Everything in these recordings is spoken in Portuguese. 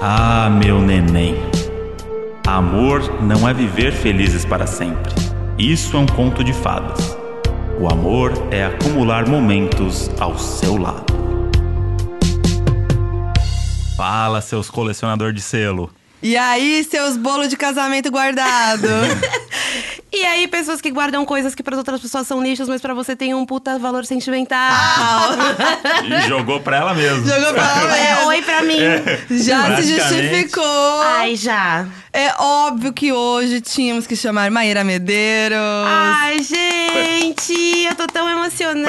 Ah, meu neném. Amor não é viver felizes para sempre. Isso é um conto de fadas. O amor é acumular momentos ao seu lado. Fala, seus colecionador de selo. E aí, seus bolos de casamento guardado? E aí, pessoas que guardam coisas que para outras pessoas são lixos, mas para você tem um puta valor sentimental. Ah, E jogou pra ela mesmo. Jogou pra ela É, mesmo. Oi pra mim. Já se Praticamente. justificou. Ai, já. É óbvio que hoje tínhamos que chamar Maíra Medeiros. Ai, gente, eu tô tão emocionada.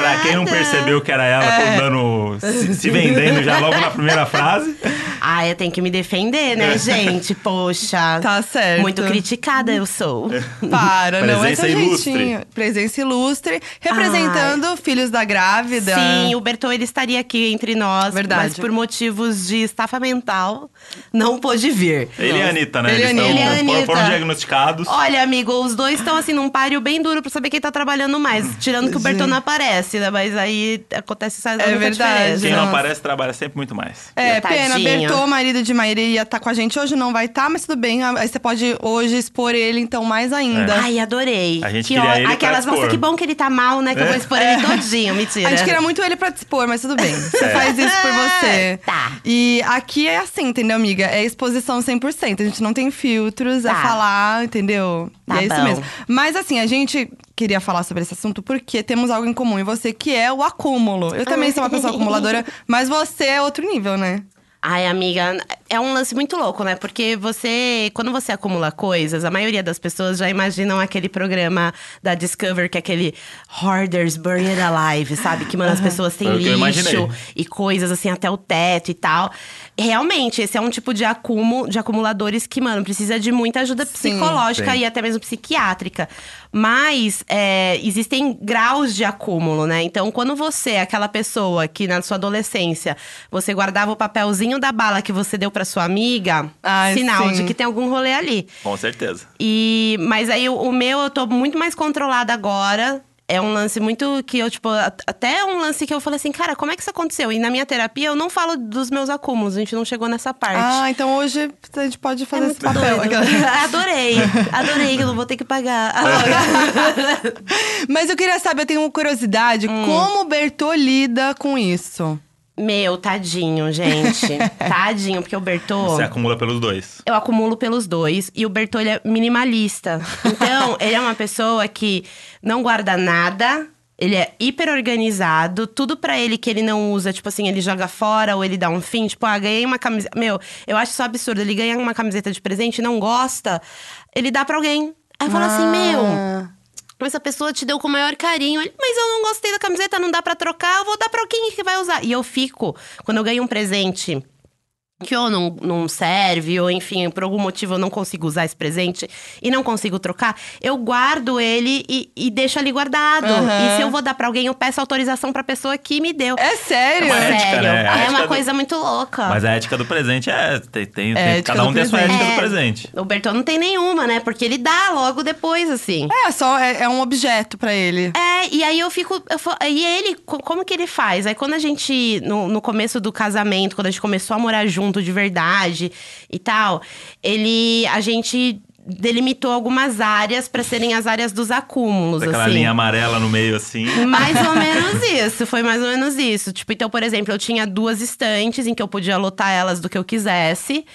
Pra quem não percebeu que era ela É. dando, se, se vendendo já logo na primeira frase. Ai, Ah, eu tenho que me defender, É. né, gente? Poxa. Tá certo. Muito criticada eu sou. Para, não é Presença tão ilustre. jeitinho. Presença ilustre, representando Filhos da Grávida. Sim, o Bertô ele estaria aqui entre nós, Verdade. mas por motivos de estafa mental, não pôde vir. Ele e a Anitta, né? Ele e a Eles tão- Anitta. Ele e a foram- foram Anitta. diagnosticados. Olha, amigo, os dois estão assim num páreo bem duro pra saber quem tá trabalhando mais. Tirando que o Bertô não aparece, né? Mas aí acontece essa única É verdade. diferença. Quem não nossa. aparece trabalha sempre muito mais. É, pena, Tadinho. Bertô, marido de Maíra, ia estar com a gente hoje, não vai estar, mas tudo bem. ah, Aí você pode hoje expor ele, então, mais ainda. É. Ai, adorei. A gente que queria ele pra Aquelas, nossa, expor. É. que bom que ele tá mal, né? Que eu vou expor ele todinho, mentira. É. É. A gente queria muito ele pra te expor, mas tudo bem. Você faz isso por você. Tá. E aqui é assim, entendeu, amiga? É exposição 100%. A gente não tem filtros, é Tá. falar, entendeu? E Tá é isso bom. mesmo. Mas assim, a gente queria falar sobre esse assunto porque temos algo em comum em você, que é o acúmulo. Eu também sou uma pessoa acumuladora, mas você é outro nível, né? Ai, amiga, é um lance muito louco, né? Porque você, quando você acumula coisas, a maioria das pessoas já imaginam aquele programa da Discover, que é aquele Hoarders Burn It Alive, sabe? Que, mano, as pessoas têm Foi o que eu imaginei. lixo e coisas assim até o teto e tal. Realmente, esse é um tipo de acúmulo de acumuladores que, mano, precisa de muita ajuda psicológica Sim. e até mesmo psiquiátrica. Mas é, existem graus de acúmulo, né? Então, quando você, é aquela pessoa que na sua adolescência você guardava o papelzinho da bala que você deu pra sua amiga, Ai, sinal sim. de que tem algum rolê ali. Com certeza. E, mas aí o, o meu eu tô muito mais controlada agora. É um lance muito que eu, tipo, at- até um lance que eu falei assim, cara, como é que isso aconteceu? E na minha terapia eu não falo dos meus acúmulos, a gente não chegou nessa parte. Ah, então hoje a gente pode fazer esse É Doido. papel. adorei, adorei, que eu não vou ter que pagar. Mas eu queria saber, eu tenho uma curiosidade, Hum. como o Bertô lida com isso? Meu, tadinho, gente. Tadinho, porque o Bertô. Você acumula pelos dois. Eu acumulo pelos dois. E o Bertô, ele é minimalista. Então, ele é uma pessoa que não guarda nada. Ele é hiper organizado. Tudo pra ele que ele não usa, tipo assim, ele joga fora ou ele dá um fim. Tipo, ah, ganhei uma camiseta. Meu, eu acho isso absurdo. Ele ganha uma camiseta de presente, e não gosta. Ele dá pra alguém. Aí fala Ah. assim, meu, mas a pessoa te deu com o maior carinho. Ele, mas eu não gostei da camiseta, não dá pra trocar, eu vou dar pra quem que vai usar. E eu fico, quando eu ganho um presente que ou não, não serve, ou enfim, por algum motivo eu não consigo usar esse presente e não consigo trocar, eu guardo ele e, e deixo ali guardado. Aham. E se eu vou dar pra alguém, eu peço autorização pra pessoa que me deu. É sério? É uma ética, né? A É, ética uma do- coisa muito louca. Mas a ética do presente é. Tem, tem- Ah. É, tem- ética cada do um tem a sua presente. ética É. do presente. O Bertão não tem nenhuma, né? Porque ele dá logo depois, assim. É, só é, é um objeto pra ele. É, e aí eu fico. eu fa- e ele, co- como que ele faz? Aí quando a gente, no, no começo do casamento, quando a gente começou a morar junto de verdade e tal, ele. A gente delimitou algumas áreas pra serem as áreas dos acúmulos, Tem aquela assim. linha amarela no meio assim. Hum. Mais ou menos isso, foi mais ou menos isso. Tipo, então, por exemplo, eu tinha duas estantes em que eu podia lotar elas do que eu quisesse.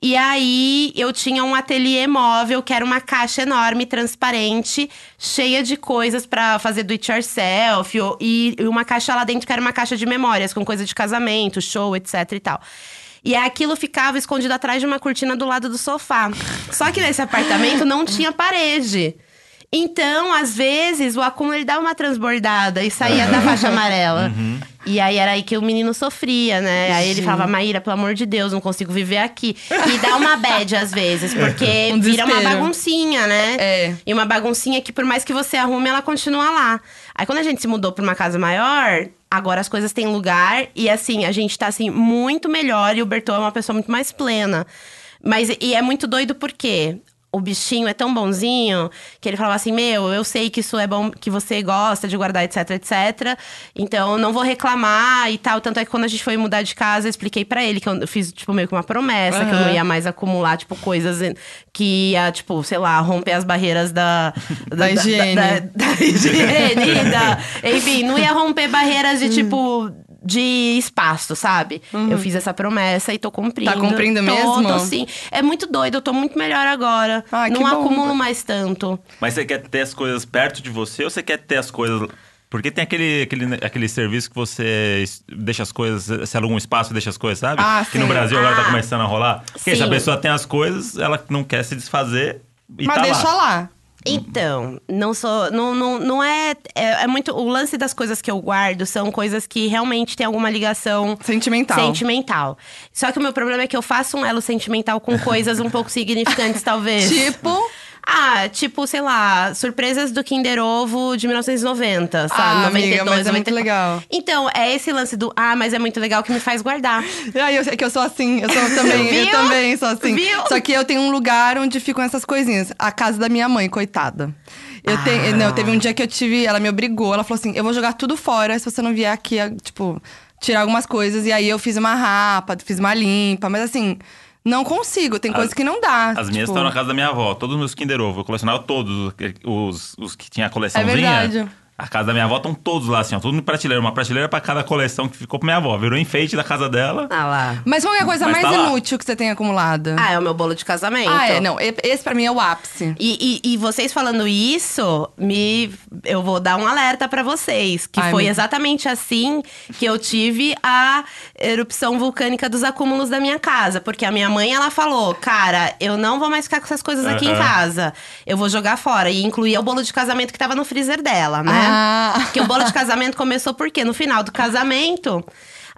E aí eu tinha um ateliê móvel, que era uma caixa enorme, transparente, cheia de coisas pra fazer do it yourself. ou- E e uma caixa lá dentro que era uma caixa de memórias, com coisa de casamento, show, etc e tal. E aquilo ficava escondido atrás de uma cortina do lado do sofá. Só que nesse apartamento não tinha parede. Então, às vezes, o acúmulo ele dava uma transbordada e saía da faixa amarela. Uhum. E aí era aí que o menino sofria, né? Aí ele falava, Maíra, pelo amor de Deus, não consigo viver aqui. E dá uma bad às vezes, porque Um vira uma desespero. baguncinha, né? É. E uma baguncinha que, por mais que você arrume, ela continua lá. Aí quando a gente se mudou pra uma casa maior, agora as coisas têm lugar. E assim, a gente tá assim, muito melhor. E o Bertô é uma pessoa muito mais plena. Mas, e é muito doido porque o bichinho é tão bonzinho que ele falava assim: Meu, eu sei que isso é bom, que você gosta de guardar, etc, etc. Então não vou reclamar e tal. Tanto é que quando a gente foi mudar de casa, eu expliquei pra ele que eu fiz, tipo, meio que uma promessa, que eu não Aham. ia mais acumular, tipo, coisas em- que ia, tipo, sei lá, romper as barreiras da. higiene. Da, da higiene. da- enfim, não ia romper barreiras de, Hum. tipo. De espaço, sabe? Eu fiz essa promessa e tô cumprindo. Uhum. Tá cumprindo Tô, mesmo? Tô sim. É muito doido, eu tô muito melhor agora. Ai, que não bom. acumulo mais tanto. Mas você quer ter as coisas perto de você ou você quer ter as coisas. Porque tem aquele, aquele, aquele serviço que você es- deixa as coisas, você aluga um espaço e deixa as coisas, sabe? Ah, que no sim. Brasil agora tá Ah. começando a rolar. Porque se a Sim. pessoa tem as coisas, ela não quer se desfazer e Mas tá deixa lá. lá. Então, não sou. Não, não, não é, é. é muito. O lance das coisas que eu guardo são coisas que realmente têm alguma ligação Sentimental. sentimental. Só que o meu problema é que eu faço um elo sentimental com coisas um pouco significantes, talvez. Tipo. Ah, tipo, sei lá, surpresas do Kinder Ovo de 1990, sabe? Ah, amiga, 92, mas é muito 94. legal. Então, é esse lance do ah, mas é muito legal que me faz guardar. Ai, eu, é que eu sou assim, eu sou também, eu Viu? também sou assim. Viu? Só que eu tenho um lugar onde ficam essas coisinhas. A casa da minha mãe, coitada. Eu Ah. tenho, não, teve um dia que eu tive, ela me obrigou, ela falou assim: "Eu vou jogar tudo fora se você não vier aqui, a- tipo, tirar algumas coisas". E aí eu fiz uma rapa, fiz uma limpa, mas assim, não consigo, tem coisas que não dá. As minhas tipo, estão na casa da minha avó, todos os meus Kinder Ovo. Eu colecionava todos os, os que tinha a coleçãozinha. É verdade. A casa da minha avó estão todos lá, assim, ó, tudo em prateleira. Uma prateleira pra cada coleção que ficou pra minha avó. Virou enfeite da casa dela. Ah lá. Mas qual que é a coisa Mas mais tá lá. inútil que você tem acumulado? Ah, é o meu bolo de casamento. Ah, é, não, e- esse pra mim é o ápice. Então. E, e- e vocês falando isso, me, eu vou dar um alerta pra vocês. Que Ai, foi meu- exatamente assim que eu tive a erupção vulcânica dos acúmulos da minha casa. Porque a minha mãe, ela falou: Cara, eu não vou mais ficar com essas coisas aqui em Aham. casa. Eu vou jogar fora. E incluía o bolo de casamento que tava no freezer dela, né? Ah. Porque o bolo de casamento começou porque no final do casamento.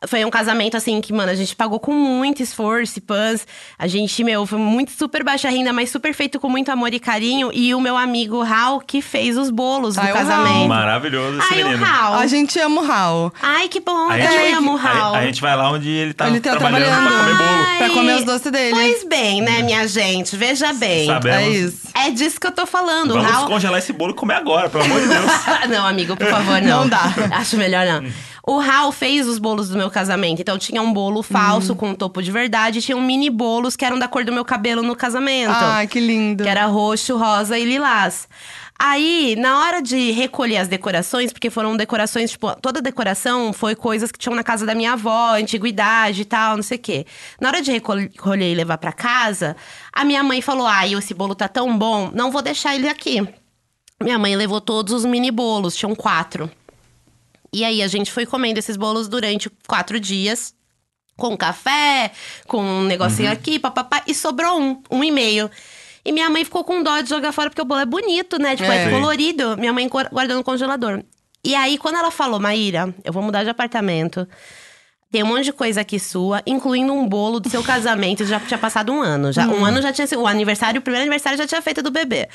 Foi um casamento assim que, mano, a gente pagou com muito esforço e pans. A gente, meu, foi muito super baixa renda, mas super feito com muito amor e carinho. E o meu amigo Raul que fez os bolos Ai, do Tá, é o casamento. Maravilhoso esse Ai, o menino. Raul. A gente ama o Raul. Ai, que bom, A eu gente, também amo o Raul. Ah, a, a gente vai lá onde ele tá, Ele tá trabalhando, pra trabalhando. comer bolo. Pra comer os doces dele. Pois bem, É. né, minha gente? Veja bem. Sabemos. É isso. É disso que eu tô falando. O Vamos Raul congelar esse bolo e comer agora, pelo amor de Deus. não, amigo, por favor, não. Não dá. Acho melhor não. O Raul fez os bolos do meu casamento. Então tinha um bolo Hum. falso com um topo de verdade. E tinha um mini bolos que eram da cor do meu cabelo no casamento. Ai, que lindo. Então. Que era roxo, rosa e lilás. Aí, na hora de recolher as decorações, porque foram decorações, tipo, toda a decoração foi coisas que tinham na casa da minha avó, antiguidade e tal, não sei o quê. Na hora de recolher e levar pra casa, a minha mãe falou: Ai, esse bolo tá tão bom, não vou deixar ele aqui. Minha mãe levou todos os mini bolos, tinham quatro. E aí a gente foi comendo esses bolos durante quatro dias. Com café, com um negocinho aqui, papapá. E sobrou um, um e meio. E minha mãe ficou com dó de jogar fora, porque o bolo é bonito, né? Tipo, é, É. colorido. Minha mãe guar- guardou no congelador. E aí, quando ela falou, Maíra, eu vou mudar de apartamento. Tem um monte de coisa aqui sua, incluindo um bolo do seu casamento. Já tinha passado um ano. Já, Um ano já tinha sido. O aniversário, o primeiro aniversário já tinha feito do bebê.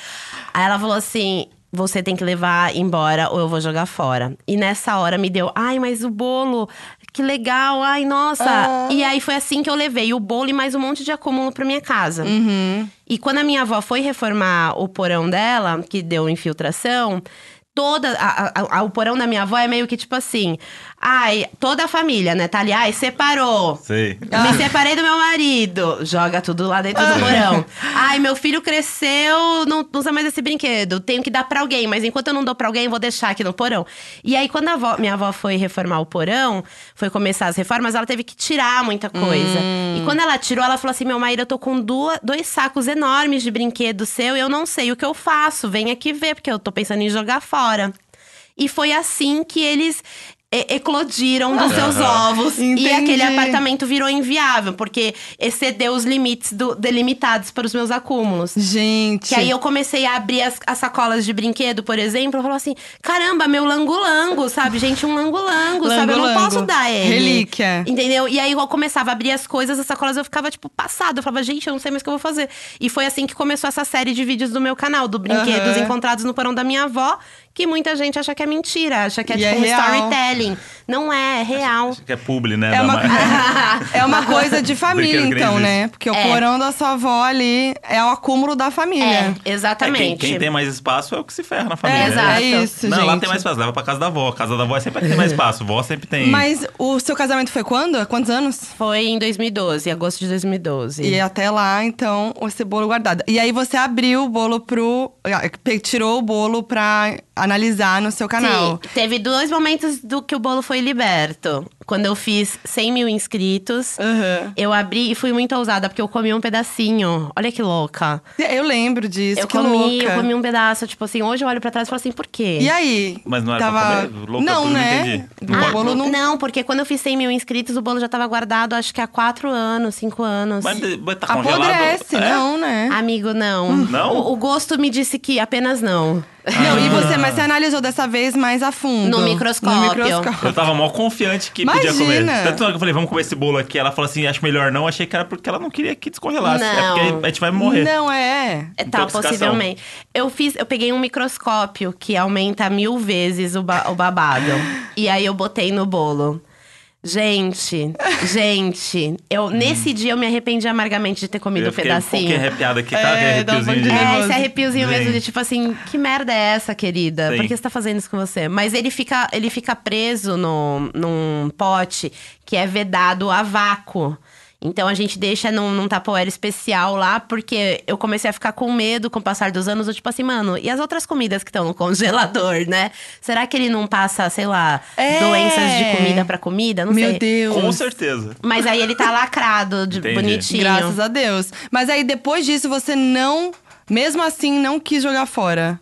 Aí ela falou assim: você tem que levar embora ou eu vou jogar fora. E nessa hora me deu, ai, mas o bolo, que legal, ai, nossa. E aí foi assim que eu levei o bolo e mais um monte de acúmulo pra minha casa. E quando a minha avó foi reformar o porão dela, que deu infiltração, toda. a- a- a- o porão da minha avó é meio que tipo assim. Ai, toda a família, né? Tá ali, ai, separou. Sei. Me separei do meu marido. Joga tudo lá dentro do porão. Ai, meu filho cresceu, não não usa mais esse brinquedo. Tenho que dar pra alguém, mas enquanto eu não dou pra alguém, vou deixar aqui no porão. E aí, quando a avó- minha avó foi reformar o porão, foi começar as reformas, ela teve que tirar muita coisa. E quando ela tirou, ela falou assim: meu marido, eu tô com duas, dois sacos enormes de brinquedo seu e eu não sei o que eu faço. Vem aqui ver, porque eu tô pensando em jogar fora. E foi assim que eles. e- Eclodiram dos seus ovos. E Entendi. aquele apartamento virou inviável, porque excedeu os limites do- delimitados para os meus acúmulos. Gente. Que aí eu comecei a abrir as, as sacolas de brinquedo, por exemplo, eu falo assim: caramba, meu langolango, sabe? Gente, um langolango, sabe? Eu não Lango-lango. posso dar ele. Relíquia. Entendeu? E aí eu começava a abrir as coisas, as sacolas eu ficava, tipo, passado. Eu falava, gente, eu não sei mais o que eu vou fazer. E foi assim que começou essa série de vídeos do meu canal, do Brinquedos Aham. Encontrados no Porão da Minha Avó, que muita gente acha que é mentira, acha que é E tipo é um real. storytelling. Não é, é real. Acho que é publi, né? É da uma, Mar- é uma coisa de família, Brincadeira então, que existe. né? Porque o É. porão da sua avó ali é o acúmulo da família. É, É, quem, exatamente. quem tem mais espaço é o que se ferra na família. né? exato. é isso, Não, gente. lá tem mais espaço. Leva pra casa da avó. Casa da avó é sempre a que tem mais espaço. Vó sempre tem. Mas o seu casamento foi quando? Há Quantos anos? Foi em 2012, agosto de 2012. E é até lá, então, esse bolo guardado. E aí você abriu o bolo pro. pe- Tirou o bolo pra analisar no seu canal. Sim, teve dois momentos do que o bolo foi liberto. Quando eu fiz 100 mil inscritos, Ah. Aham. eu abri e fui muito ousada, porque eu comi um pedacinho. Olha que louca. Eu lembro disso. eu que comi, louca. eu comi um pedaço, tipo assim, hoje eu olho pra trás e falo assim, por quê? E aí? Mas não era pra comer? Louca, eu não, não né? entendi. Não o pode- bolo não. Ah, Não, porque quando eu fiz 100 mil inscritos, o bolo já tava guardado acho que há quatro anos, cinco anos. Mas, mas tá congelado. Ah, Apodrece, É? não, né? Amigo, não. Não? O, o gosto me disse que apenas não. Não, e você, mas você analisou dessa vez mais a fundo. Ah. No microscópio. No microscópio. Eu tava mó confiante que podia comer. Imagina! Tanto é que eu falei, vamos comer esse bolo aqui. Ela falou assim, acho melhor não. Achei que era porque ela não queria que descongelasse. Não. É porque a gente vai morrer. Não, é. É, Tá, Intoxicação. possivelmente. Eu fiz, eu peguei um microscópio que aumenta mil vezes o, ba- o babado. e aí eu botei no bolo. Gente, gente, eu nesse dia eu me arrependi amargamente de ter comido Hum. Eu um fiquei um pouquinho pedacinho. arrepiada aqui, tá? É, dá um Aquele pouco de arrepiozinho nervoso. É, esse arrepiozinho Gente. mesmo de tipo assim, que merda é essa, querida? Sim. Por que você tá fazendo isso com você? Mas ele fica, ele fica preso no, num pote que é vedado a vácuo. Então a gente deixa num, num tapoeira especial lá, porque eu comecei a ficar com medo com o passar dos anos. Eu, tipo assim, mano, e as outras comidas que estão no congelador, né? Será que ele não passa, sei lá, É. doenças de comida pra comida? Não Meu sei. Deus. Com certeza. Mas aí ele tá lacrado, de, Entendi. bonitinho. Graças a Deus. Mas aí depois disso você não, mesmo assim, não quis jogar fora.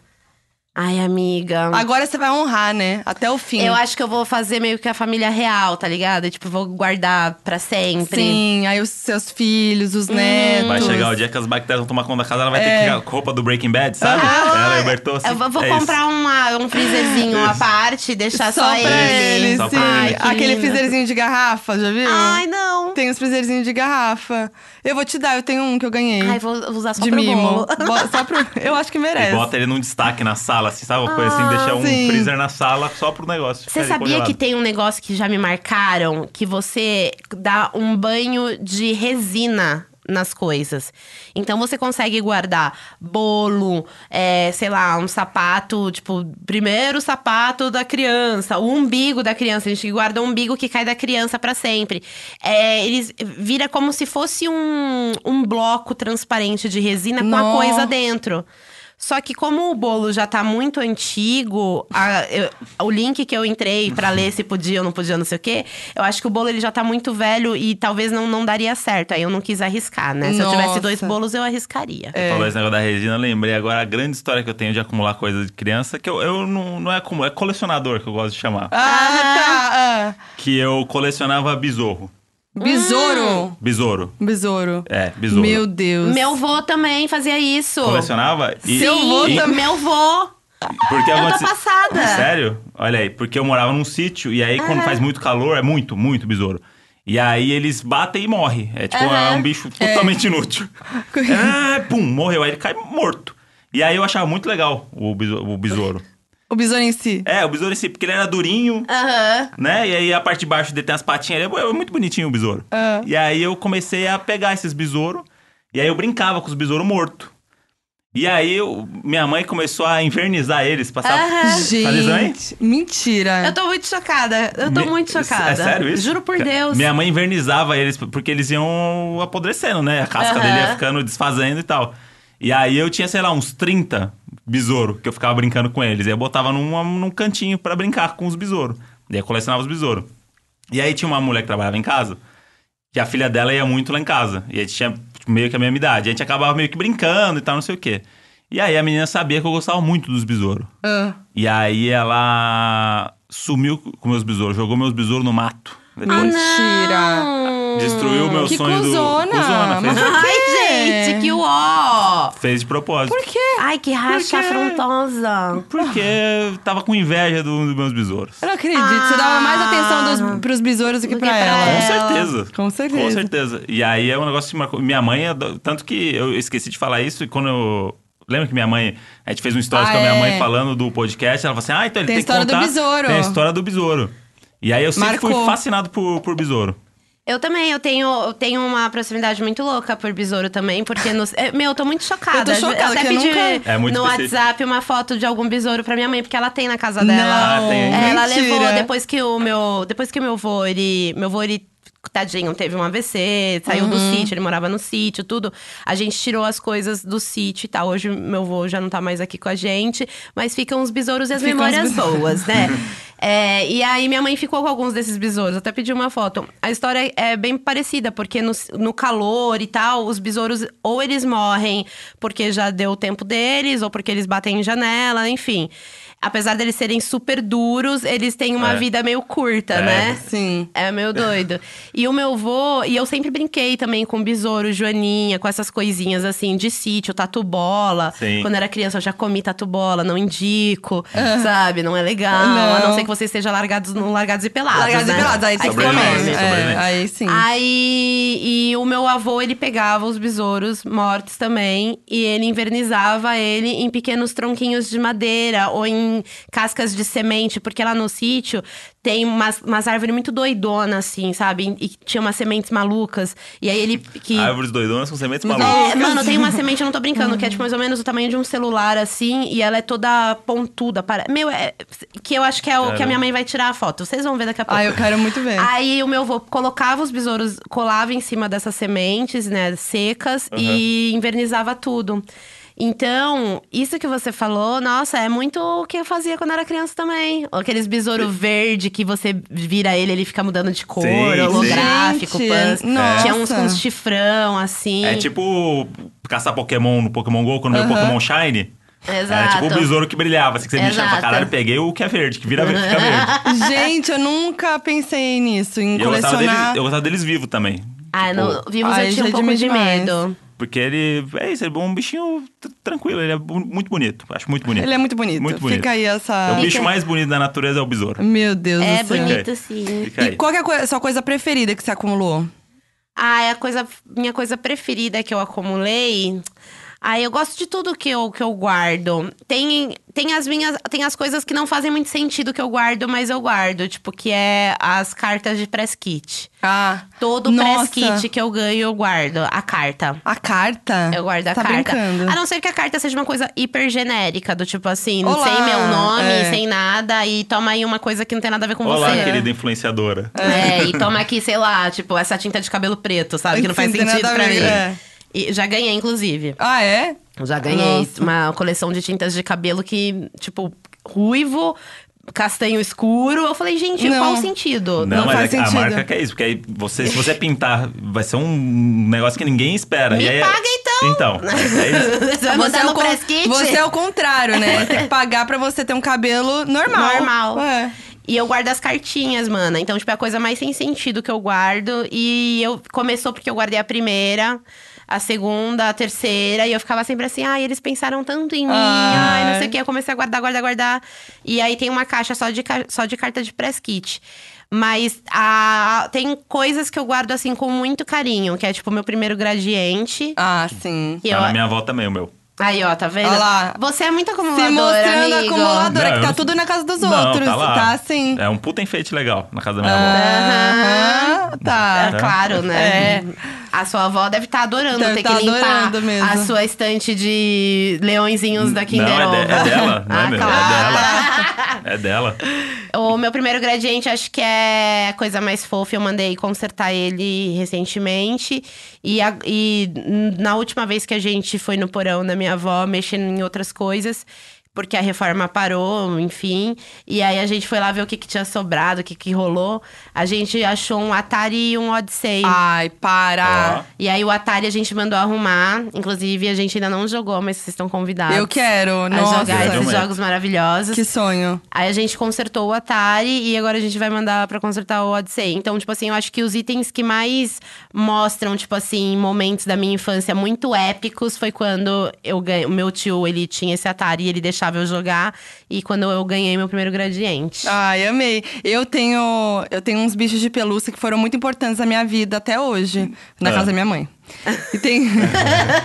Ai, amiga. Agora você vai honrar, né? Até o fim. Eu acho que eu vou fazer meio que a família real, tá ligado? Tipo, vou guardar pra sempre. Hum. Sim, aí os seus filhos, os netos. Vai chegar o dia que as bactérias vão tomar conta da casa. Ela vai ter que ir com roupa do Breaking Bad, sabe? ela libertou assim. Eu vou, vou é isso. comprar uma, um freezerzinho à parte e deixar só, Só pra ele. ele, Só sim. pra ele. Ai, que Aquele lindo. freezerzinho de garrafa, já viu? Ai, não. Tem os freezerzinhos de garrafa. Eu vou te dar, eu tenho um que eu ganhei. Ai, vou usar só de pro mimo. bolo. Bo- Só pro... Eu acho que merece. E bota ele num destaque na sala, assim, sabe? Uma coisa assim, deixar um sim. freezer na sala só pro negócio. ficar Você ali sabia congelado. que tem um negócio que já me marcaram? Que você dá um banho de resina nas coisas. Então você consegue guardar bolo, é, sei lá, um sapato, tipo, primeiro sapato da criança, o umbigo da criança. A gente guarda o umbigo que cai da criança pra sempre. É, eles vira como se fosse um, um bloco transparente de resina com a Nossa. coisa dentro. Só que como o bolo já tá muito antigo, a- eu- o link que eu entrei pra ler se podia ou não podia, não sei o quê, eu acho que o bolo ele já tá muito velho e talvez não, não daria certo. Aí eu não quis arriscar, né? Se eu tivesse Nossa. É. dois bolos, eu arriscaria. Você falou esse negócio da Regina, eu lembrei agora a grande história que eu tenho de acumular coisa de criança, que eu, eu não, não é acumular, é colecionador que eu gosto de chamar. Ah, tá. ah. Que eu colecionava besouro. Besouro. Besouro. Besouro. É, besouro. Meu Deus. Hum. Meu vô também fazia isso. Colecionava e. Seu vô e- também. Meu vô. Porque Eu tô aconte- passada. Sério? Olha aí, porque eu morava num sítio e aí quando faz muito calor, é muito, muito besouro. E aí eles batem e morrem. É tipo, é um bicho totalmente inútil. É, pum, morreu. Aí ele cai morto. E aí eu achava muito legal o, beso- o besouro. O besouro em si. É, o besouro em si, porque ele era durinho, Aham. né? E aí a parte de baixo dele tem as patinhas, ele é muito bonitinho o besouro. Ah. E aí eu comecei a pegar esses besouros, e aí eu brincava com os besouros mortos. E aí eu- minha mãe começou a invernizar eles, passar... Ah, Gente, mentira. Eu tô muito chocada. Eu tô Me- muito chocada. É sério isso? Juro por Ca- Deus. Minha mãe invernizava eles, porque eles iam apodrecendo, né? A casca Aham. dele ia ficando desfazendo e tal. E aí eu tinha, sei lá, uns 30 besouros que eu ficava brincando com eles. E eu botava num, num cantinho pra brincar com os besouros. E aí eu colecionava os besouros. E aí tinha uma mulher que trabalhava em casa, que a filha dela ia muito lá em casa. E a gente tinha tipo, meio que a mesma idade. E a gente acabava meio que brincando e tal, não sei o quê. E aí a menina sabia que eu gostava muito dos besouros. Ah. E aí ela sumiu com meus besouros, jogou meus besouros no mato. Depois Mentira. destruiu o meu Ah, Que sonho cuzona. do. Cuzona, Mas Fez, Ai, quê? gente, que uó! fez de propósito. Por quê? Ai, que racha quê? afrontosa. Porque eu tava com inveja do- dos meus besouros. Eu não acredito. Você dava mais atenção dos, pros besouros do que Ah. Do pra que pra ela. Com ela. certeza. É. Com certeza. Com certeza. E aí é um negócio que marcou. Minha mãe, adora- tanto que eu esqueci de falar isso, e quando eu. Lembra que minha mãe. A gente fez um stories Ah, com a minha é. mãe falando do podcast. Ela falou assim: ah, então ele Tem tem, a história que do contar. besouro." Tem a história do besouro. E aí eu sempre fui Marcou. fascinado por, por besouro. Eu também, eu tenho, eu tenho uma proximidade muito louca por besouro também, porque. no- é, meu, eu tô muito chocada. Eu tô chocada, até que eu pedi nunca- É muito no específico. WhatsApp uma foto de algum besouro pra minha mãe, porque ela tem na casa dela. Ah, tem. É, ela mentira. levou depois que o meu. Depois que o meu vô, ele. Meu vô, ele. Tadinho, teve um AVC, saiu do Uhum. sítio, ele morava no sítio, tudo. A gente tirou as coisas do sítio e tal. Hoje meu vô já não tá mais aqui com a gente, mas ficam os besouros e as Ficam os memórias besouros. boas, né? É, e aí minha mãe ficou com alguns desses besouros, até pedi uma foto. A história é bem parecida, porque no, no calor e tal, os besouros ou eles morrem porque já deu o tempo deles, ou porque eles batem em janela, enfim. Apesar deles serem super duros, eles têm uma É. vida meio curta, É. né? Sim. É meio doido. E o meu vô, e eu sempre brinquei também com besouro, joaninha, com essas coisinhas assim de sítio, tatu bola. Sim. Quando eu era criança, eu já comi tatu bola, não indico, sabe? Não é legal. A não Não. ser que você esteja largados, no largados e pelados. Largados e né? pelados, aí tem que Sobrevivente, comer. É, sobrevivente. aí sim. Aí, e o meu avô, ele pegava os besouros mortos também e ele invernizava ele em pequenos tronquinhos de madeira ou em cascas de semente, porque lá no sítio tem umas, umas árvores muito doidonas, assim, sabe? E, e tinha umas sementes malucas. E aí ele. Que, Árvores doidonas com sementes Mas malucas. é, mano, tem uma semente, eu não tô brincando, que Uhum. é tipo mais ou menos o tamanho de um celular, assim, e ela é toda pontuda. Para... Meu, é. Que eu acho que é o que a minha mãe vai tirar a foto. Vocês vão ver daqui a pouco. Ah, eu quero muito É. ver. Aí o meu avô colocava os besouros, colava em cima dessas sementes, né, secas e invernizava tudo. Então, isso que você falou, nossa, é muito o que eu fazia quando era criança também. Aqueles besouro verde que você vira ele, ele fica mudando de cor, Sim, holográfico, sim. pans. Gente, nossa. Tinha uns, uns chifrão, assim. É tipo caçar Pokémon no Pokémon GO, quando viu o Pokémon Shine. Era Exato. tipo o besouro que brilhava, assim, que você mexia pra Exato. caralho, peguei o que é verde, que vira verde, fica verde. Gente, eu nunca pensei nisso, em E eu gostava, deles, colecionar. eu gostava deles vivo também. Ah, Tipo, não, vivos Ai, eu tinha um já pouco de admiro demais. medo. Porque ele, é isso, ele é um bichinho tr- tranquilo, ele é bu- muito bonito, acho muito bonito. Ele é muito bonito. Muito bonito. Fica aí essa. É o bicho mais bonito da natureza é o besouro. Meu Deus É do céu. bonito sim. Fica aí. E qual que é a coi- sua coisa preferida que você acumulou? Ah, é a coisa, minha coisa preferida que eu acumulei. Ah, eu gosto de tudo que eu, que eu guardo. Tem, tem as minhas, tem as coisas que não fazem muito sentido que eu guardo, mas eu guardo, tipo que é as cartas de press kit. Ah, Todo Nossa. press kit que eu ganho, eu guardo a carta. a carta? Eu guardo a tá carta. brincando. A não ser que a carta seja uma coisa hiper genérica, do tipo assim, Olá, sem meu nome, é. sem nada, e toma aí uma coisa que não tem nada a ver com Olá, você. querida influenciadora. É, e toma aqui, sei lá, tipo, essa tinta de cabelo preto, sabe? Que não faz Sim, tem sentido nada a pra ver, mim. é. E já ganhei, inclusive. Ah, é? Já ganhei Nossa. uma coleção de tintas de cabelo que, tipo, ruivo, castanho escuro. Eu falei, gente, Não. qual o sentido? Não, mas faz é- a sentido. marca que é isso, porque aí você, se você pintar, vai ser um negócio que ninguém espera. Me e aí, é paga, então! Então, é isso. Você vai botar é no o con- press kit? você é o contrário, né? Tem que pagar pra você ter um cabelo normal. Normal. É. E eu guardo as cartinhas, mana. Então, tipo, é a coisa mais sem sentido que eu guardo. E eu começou porque eu guardei a primeira, a segunda, a terceira. E eu ficava sempre assim, ai, eles pensaram tanto em mim. Ai, não Ai. sei o quê. Eu comecei a guardar, guardar, guardar. E aí tem uma caixa só de, ca- só de carta de press kit. Mas a, tem coisas que eu guardo, assim, com muito carinho. Que é, tipo, meu primeiro gradiente. Ah, sim. que Tá eu- na minha avó também, o meu. Aí, ó, tá vendo? Olha lá. Você é muito acumuladora, Se mostrando amigo. acumuladora, Não, eu que tá não- tudo na casa dos Não, outros. tá lá. assim. É um puta enfeite legal na casa da minha avó. Aham, É, tá. claro, né? É. A sua avó deve estar adorando Deve ter tá que limpar adorando mesmo. a sua estante de Ah, leõezinhos da Kinder não, é, de- é Ovo. dela, não é Ah, meu, é dela. É dela. O meu primeiro gradiente, acho que é a coisa mais fofa. Eu mandei consertar ele recentemente. E, a- e na última vez que a gente foi no porão da minha avó, mexendo em outras coisas, porque a reforma parou, enfim. E aí a gente foi lá ver o que, que tinha sobrado, o que, que rolou. A gente achou um Atari e um Odyssey. Ai, para. Ó. E aí o Atari a gente mandou arrumar. Inclusive, a gente ainda não jogou, mas vocês estão convidados. Eu quero, a nossa. jogar esses Realmente. jogos maravilhosos. Que sonho. Aí a gente consertou o Atari e agora a gente vai mandar pra consertar o Odyssey. Então, tipo assim, eu acho que os itens que mais mostram, tipo assim, momentos da minha infância muito épicos foi quando eu ganhei. O meu tio, ele tinha esse Atari e ele deixava eu jogar. E quando eu ganhei meu primeiro gradiente. Ai, amei. Eu tenho, eu tenho uns bichos de pelúcia que foram muito importantes na minha vida até hoje, na Ah. casa da minha mãe. E tem.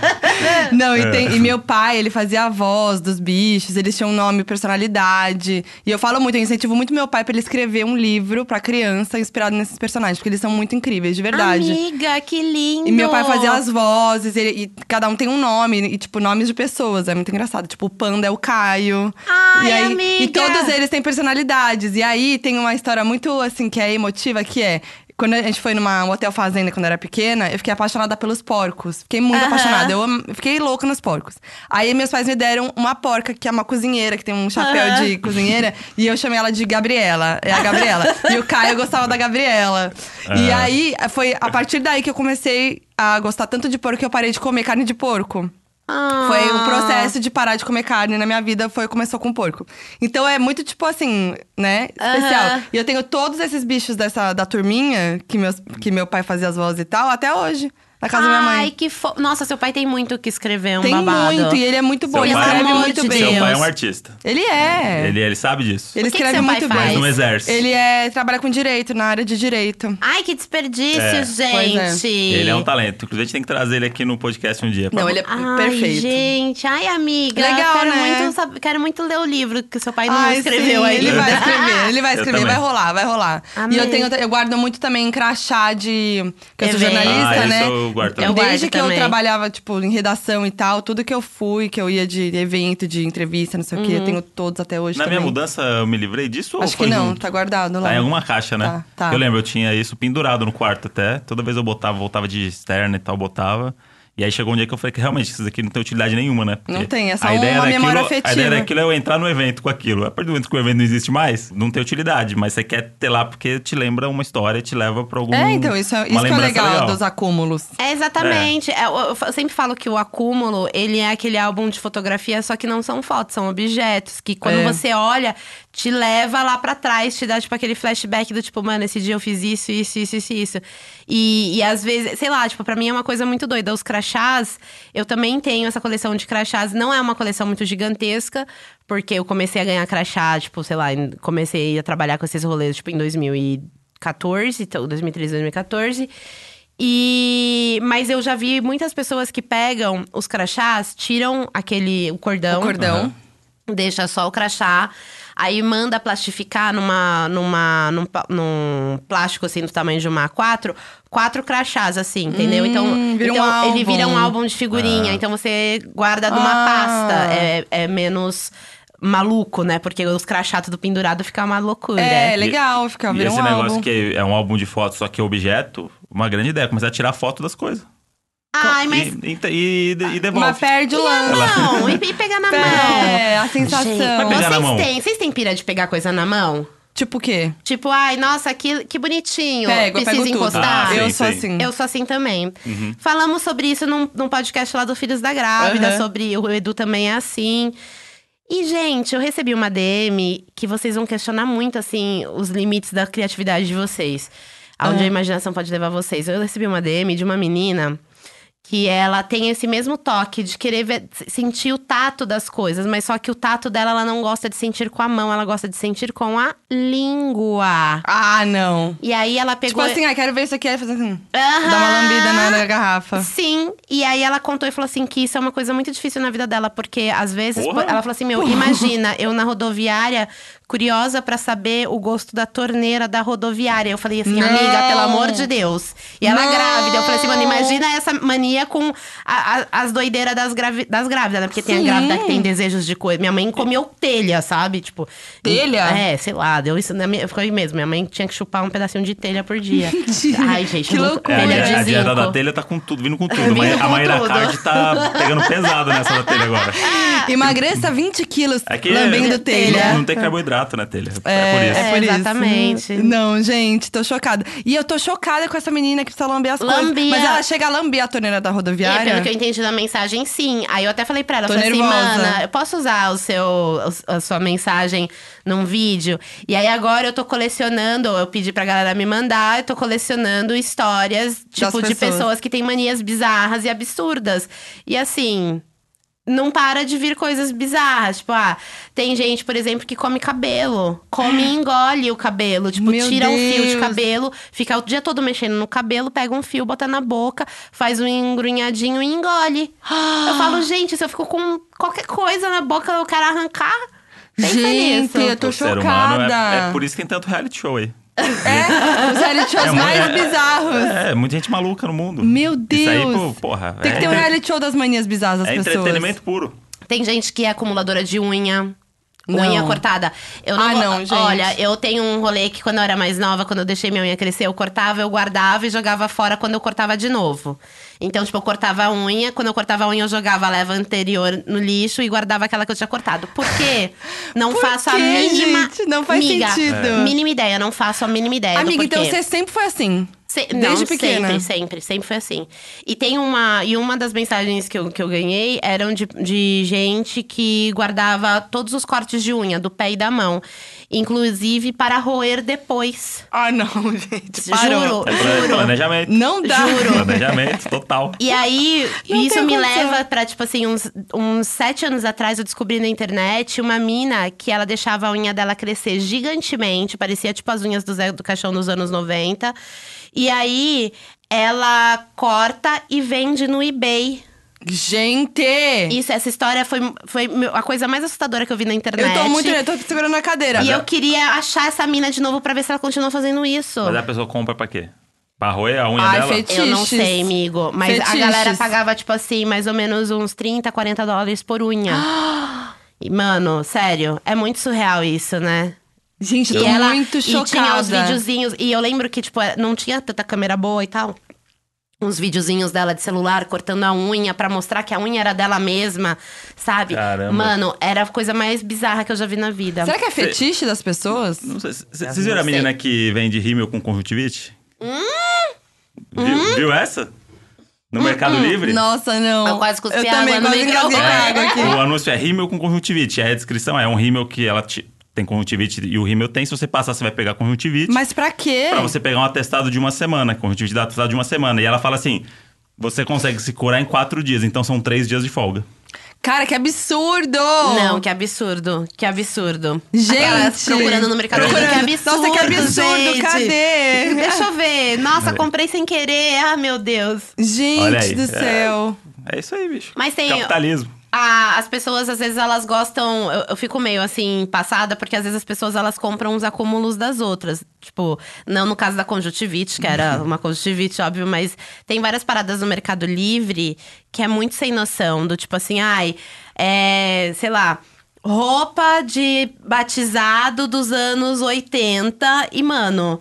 Não, e tem. E meu pai, ele fazia a voz dos bichos, eles tinham um nome, personalidade. E eu falo muito, eu incentivo muito meu pai pra ele escrever um livro pra criança inspirado nesses personagens, porque eles são muito incríveis, de verdade. Amiga, que lindo! E meu pai fazia as vozes, ele- e cada um tem um nome, e tipo, nomes de pessoas. É muito engraçado. Tipo, o panda é o Caio. Ai, e, aí, amiga! e todos eles têm personalidades. E aí tem uma história muito assim que é emotiva, que é. Quando a gente foi numa um hotel fazenda quando eu era pequena, eu fiquei apaixonada pelos porcos. Fiquei muito Aham. apaixonada. Eu am- eu fiquei louca nos porcos. Aí meus pais me deram uma porca, que é uma cozinheira, que tem um chapéu Aham. de cozinheira. E eu chamei ela de Gabriela. É a Gabriela. e o Caio gostava da Gabriela. E Ah. aí. E foi a partir daí que eu comecei a gostar tanto de porco que eu parei de comer carne de porco. Ah. Foi o processo de parar de comer carne na minha vida foi começou com porco. Então é muito tipo assim, né? Especial. Aham. E eu tenho todos esses bichos dessa da turminha que meus que meu pai fazia as vozes e tal até hoje na casa da minha Ai, mãe. que fo... Nossa, seu pai tem muito o que escrever, um Tem babado. muito e ele é muito bom, Seu ele pai- escreve Pelo amor muito de bem. Seu pai é um Deus. artista. Ele é. Ele, um ele sabe disso. Ele O que que escreve seu pai muito faz? Mas não bem. exerce. Ele é trabalha com direito, na área de direito. Ai, que desperdício, É. gente. Ele é um talento. Inclusive, a gente tem que trazer ele aqui no podcast um dia. pra- Não, ele é Ai, perfeito. gente. Ai, amiga. Legal, quero né? Muito, sab- quero muito ler o livro que seu pai não Ai, escreveu sim, ainda. Ele vai escrever, ele vai Eu escrever, também. vai rolar, vai rolar. Amei. E eu tenho, eu guardo muito também crachá de. Que eu sou Evento. jornalista, Ah, né? isso eu guardo também. Eu guardo Desde que também. eu trabalhava, tipo, em redação e tal, tudo que eu fui, que eu ia de evento, de entrevista, não sei o quê, Uhum. eu tenho todos até hoje. Na minha também. mudança, eu me livrei disso ou Acho foi que não, junto? tá guardado lá. Tá em alguma caixa, né? Tá, tá. Eu lembro, eu tinha isso pendurado no quarto até. Toda vez eu botava, voltava de externa e tal, botava. E aí chegou um dia que eu falei que realmente isso daqui não tem utilidade nenhuma, né? Porque Não tem, é só a ideia uma daquilo- memória A ideia afetiva. daquilo é eu entrar no evento com aquilo. A partir do momento que o evento não existe mais, não tem utilidade. Mas você quer ter lá porque te lembra uma história, te leva pra algum... É, então, isso, é- uma isso que é o lembrança legal, dos acúmulos. É, exatamente. É, eu, eu fa- sempre falo que o acúmulo, ele é aquele álbum de fotografia, só que não são fotos, são objetos. Que quando É. você olha, te leva lá pra trás, te dá, tipo, aquele flashback do tipo, mano, esse dia eu fiz isso, isso, isso, isso, isso. E, e às vezes, sei lá, tipo, pra mim é uma coisa muito doida. Os crachás, eu também tenho essa coleção de crachás. Não é uma coleção muito gigantesca, porque eu comecei a ganhar crachá, tipo, sei lá, em- comecei a trabalhar com esses rolês, tipo, em 2014, então, 2013, 2014. E mas eu já vi muitas pessoas que pegam os crachás, tiram aquele o cordão, O cordão. deixa só o crachá, aí manda plastificar numa numa num, pa- num plástico assim do tamanho de uma A4, quatro crachás assim, entendeu? então vira um então ele vira um álbum. álbum de figurinha, Ah. então você guarda numa Ah. pasta, é, é menos maluco, né? Porque os crachá tudo pendurado fica uma loucura. É, legal, fica E virar esse um negócio álbum. que é um álbum de fotos, só que é objeto, uma grande ideia. Começar a tirar foto das coisas. Ai, mas E, e, e, e devolve. Mas perde o na lance. mão, e, e pegar na mão. É, a sensação. Vai pegar na vocês mão. têm, vocês têm pira de pegar coisa na mão? Tipo o quê? Tipo, ai, nossa, que, que bonitinho. Pego, eu Precisa pego tudo. encostar. Ah, eu sim, sou sim. assim. Eu sou assim também. Falamos sobre isso num, num podcast lá do Filhos da Grávida, Aham. sobre o Edu também é assim. E, gente, eu recebi uma DM que vocês vão questionar muito, assim, os limites da criatividade de vocês. Aonde a imaginação pode levar vocês. Eu recebi uma DM de uma menina que ela tem esse mesmo toque de querer ver- sentir o tato das coisas, mas só que o tato dela ela não gosta de sentir com a mão, ela gosta de sentir com a língua. Ah, não. E aí ela Tipo pegou assim, ah, quero ver isso aqui, aí fazer assim. Aham. Dá uma lambida na, na garrafa. Sim, e aí ela contou e falou assim que isso é uma coisa muito difícil na vida dela, porque às vezes Porra. pô, ela falou assim: "Meu, imagina, eu na rodoviária, curiosa pra saber o gosto da torneira da rodoviária". Eu falei assim: Não. "Amiga, pelo amor de Deus". E ela Não. grávida, eu falei assim: "Mano, imagina essa mania com a- a- as doideiras das, gravi- das grávidas, né? Porque tem a Sim. grávida que tem desejos de coisa. Minha mãe comeu telha, sabe? Tipo, Telha? É, sei lá, deu isso na minha, ficou aí mesmo. Minha mãe tinha que chupar um pedacinho de telha por dia. Ai, gente, Que né? eu loucura. nunca- É, a, telha Ele di- de a dieta zinco. da telha tá com tudo, vindo com tudo. Vindo Mas a com Mayra tudo. Card tá pegando pesado nessa da telha agora. Emagreça 20 quilos É que lambendo telha. Não, não tem carboidrato na telha. É, por isso. É, exatamente. Não, gente, tô chocada. E eu tô chocada com essa menina que precisa lamber as Lambia. coisas. Mas ela chega a lamber a torneira da É, rodoviária. pelo que eu entendi da mensagem, sim. Aí eu até falei pra ela, Tô falei assim, nervosa. mana, eu posso usar o seu, a sua mensagem num vídeo? E aí agora eu tô colecionando, eu pedi pra galera me mandar, eu tô colecionando histórias, tipo, de pessoas. pessoas que têm manias bizarras e absurdas. E assim. não para de vir coisas bizarras. Tipo, ah, tem gente, por exemplo, que come cabelo. Come e engole o cabelo. Tipo, Meu tira um fio de Deus. cabelo, fica o dia todo mexendo no cabelo, pega um fio, bota na boca, faz um engrunhadinho e engole. eu falo, gente, se eu fico com qualquer coisa na boca, eu quero arrancar. Pensa Gente, nisso. eu tô o ser humano é, chocada. é por isso que tem tanto reality show aí. É, os reality shows É, mais é- bizarros. É, muita gente maluca no mundo. Meu Isso aí, pô, Deus. porra. Tem é que ter um entre- reality show das manias bizarras das É pessoas. entretenimento puro. Tem gente que é acumuladora de unha. Não. Unha cortada. Eu não, Ah, go- não, gente. Olha, eu tenho um rolê que quando eu era mais nova, quando eu deixei minha unha crescer, eu cortava, eu guardava e jogava fora quando eu cortava de novo. Então, tipo, eu cortava a unha, quando eu cortava a unha, eu jogava a leva anterior no lixo e guardava aquela que eu tinha cortado. Por quê? Não Por faço a quê, mínima. gente? Não faz miga, sentido. É. Mínima ideia, não faço a mínima ideia. do Amiga, então porquê. você sempre foi assim. Se- Desde É, não, pequena. Sempre, sempre, sempre foi assim. E tem uma. E uma das mensagens que eu, que eu ganhei eram de, de gente que guardava todos os cortes de unha, do pé e da mão. Inclusive para roer depois. Ah, não, gente. Parou. Juro, É plane- juro. planejamento. Não dá. Planejamento total. E aí, Não isso tem me condição. leva pra, tipo assim, uns, uns sete anos atrás, eu descobri na internet uma mina que ela deixava a unha dela crescer gigantemente, parecia tipo as unhas do Zé do Caixão dos anos 90. E aí, ela corta e vende no eBay. Gente! Isso, essa história foi, foi meu- a coisa mais assustadora que eu vi na internet. Eu tô muito. Eu tô segurando a cadeira. E eu queria achar essa mina de novo pra ver se ela continua fazendo isso. Mas a pessoa compra pra quê? Pra roer a unha Ai, dela? feti- Eu não Fetiches. sei, amigo. Mas a Fetiches. galera pagava, tipo assim, mais ou menos uns 30, 40 dólares por unha. E, mano, sério, é muito surreal isso, né? Gente, E eu tô ela muito e tinha chocada. os videozinhos. E eu lembro que, tipo, não tinha tanta câmera boa e tal. Uns videozinhos dela de celular cortando a unha pra mostrar que a unha era dela mesma, sabe? Caramba. Mano, era a coisa mais bizarra que eu já vi na vida. Será que é fetiche das pessoas? Não sei. c- c- Vocês viram a menina sei. que vende rímel com conjuntivite? Hum? Viu, viu essa? No Mercado Livre? Nossa, Hum? não. Eu quase cuspi Eu também água no quase engasguei com a microfone. água aqui. O anúncio é rímel com conjuntivite. Aí a descrição é um rímel que ela te- tem conjuntivite e o rímel tem. Se você passar, você vai pegar conjuntivite. Mas é. pra quê? Pra você pegar um atestado de uma semana. Conjuntivite dá atestado de uma semana. E ela fala assim, você consegue se curar em quatro dias. Então são três dias de folga. Cara, que absurdo! Não, que absurdo. Que absurdo. é Gente! Aquelas procurando no mercado. Livre, Procurando. Que absurdo, Nossa, que absurdo, gente. cadê? Deixa eu ver. Nossa, comprei sem querer. Ah, meu Deus. Olha aí. Gente do É. céu. É isso aí, bicho. Mas tem- Capitalismo. Ah, as pessoas, às vezes, elas gostam. Eu, eu fico meio assim, passada, porque às vezes as pessoas elas compram os acúmulos das outras. Tipo, não no caso da conjuntivite, que era Uhum. uma conjuntivite, óbvio, mas tem várias paradas no Mercado Livre que é muito sem noção. Do tipo assim, ai, é, sei lá. Roupa de batizado dos anos 80. E, mano,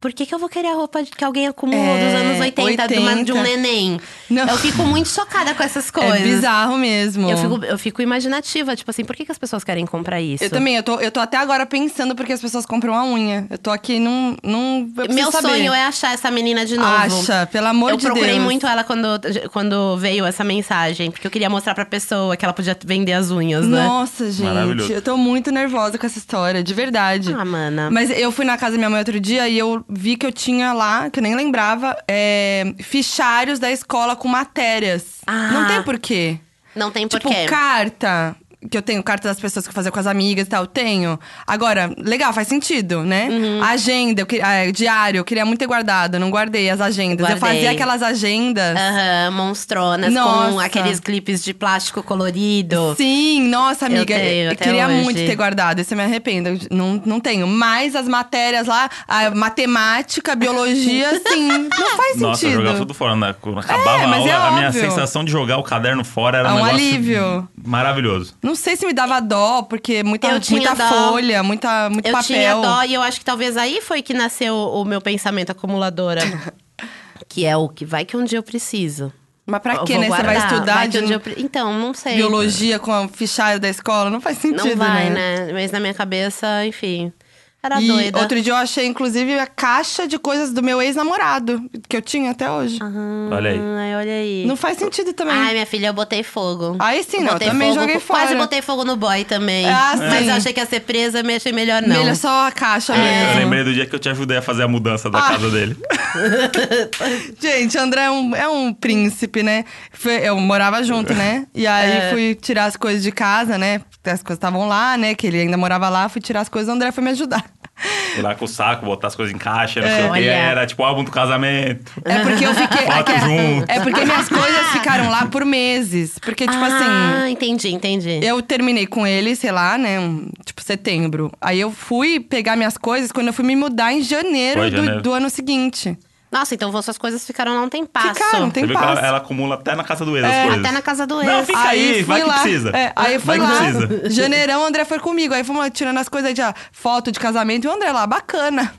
por que, que eu vou querer a roupa de- que alguém acumulou É, dos anos 80, De, uma- de um 80. neném? Não. Eu fico muito chocada com essas É coisas. bizarro mesmo. É Eu fico, eu fico imaginativa, tipo assim, por que, que as pessoas querem comprar isso? É. Eu também, eu tô, eu tô até agora pensando porque as pessoas compram a unha. Eu tô aqui num. num eu preciso Meu saber. sonho é achar essa menina de novo. Acha, pelo amor eu de Deus. procurei muito ela quando, quando veio essa mensagem, porque eu queria mostrar pra pessoa que ela podia vender as unhas, né? Nossa, gente, Maravilhoso. eu tô muito nervosa com essa história, de verdade. Ah, mana. Mas eu fui na casa da minha mãe outro dia e eu vi que eu tinha lá, que eu nem lembrava, é, fichários da escola com matérias. Ah. Não tem porquê. Não tem Tipo, porquê. carta. Que eu tenho carta das pessoas que eu fazia com as amigas e tal, tenho. Agora, legal, faz sentido, né? Uhum. Agenda, eu que- ah, diário, eu queria muito ter guardado, não guardei as agendas. Eu Guardei. Ah, fazia aquelas agendas. Aham, monstronas com Nossa. aqueles clipes de plástico colorido. Sim, nossa, Eu amiga. tenho Eu, até queria hoje. muito ter guardado. Isso eu me arrependo. eu Não, não tenho. Mas as matérias lá, a matemática, biologia, sim. Não faz Nossa, eu sentido. jogava tudo fora. né? Quando acabava a mas aula, é a minha óbvio. sensação de jogar o caderno fora era É um, um negócio alívio. maravilhoso. Não sei se me dava dó, porque muita, Eu tinha muita dó. folha, muita, muito eu papel. tinha dó e eu acho que talvez aí foi que nasceu o meu pensamento acumuladora. que é o que vai que um dia eu preciso. Mas pra Eu quê, vou né? Você vai guardar. estudar Vai que de um dia eu pre- Então, não sei. biologia com a fichário da escola? Não faz sentido, Não vai, né? Mas na minha cabeça, enfim. Era e né? doida. outro dia eu achei, inclusive, a caixa de coisas do meu ex-namorado, que eu tinha até hoje. Olha aí. Ai, olha Hum, aí. Não faz sentido também. Ai, minha filha, eu botei fogo. Aí sim, não, eu Botei também fogo, joguei fora. Quase botei fogo no boy também. Ah, Mas sim. eu achei que ia ser presa, me achei melhor não. Melhor só a É. caixa Eu mesmo. lembrei do dia que eu te ajudei a fazer a mudança da É. Ah. casa dele. Gente, André é um, é um príncipe, né? Foi- eu morava junto, né? E aí É. fui tirar as coisas de casa, né? As coisas estavam lá, né? Que ele ainda morava lá, fui tirar as coisas, o André foi me ajudar. Ir lá com o saco, botar as coisas em caixa, não É, sei o que. olha. Era tipo o álbum do casamento. É porque eu fiquei. é, Foto que- junto. é porque minhas coisas ficaram lá por meses. Porque, tipo assim. Ah, entendi, entendi. Eu terminei com ele, sei lá, né? um- tipo, setembro. Aí eu fui pegar minhas coisas quando eu fui me mudar em janeiro, Foi em do- janeiro. Do, ano seguinte. Nossa, então suas coisas ficaram lá um tempasso. Ficaram, tem É, Você viu que ela, passo. ela acumula até na casa do ex as coisas. Até na casa do ex. Não, fica aí, fui vai que lá. precisa. É, aí eu fui vai lá. que precisa. Janeirão, o André foi comigo. Aí fomos tirando as coisas de ah, foto de casamento. E o André lá, bacana.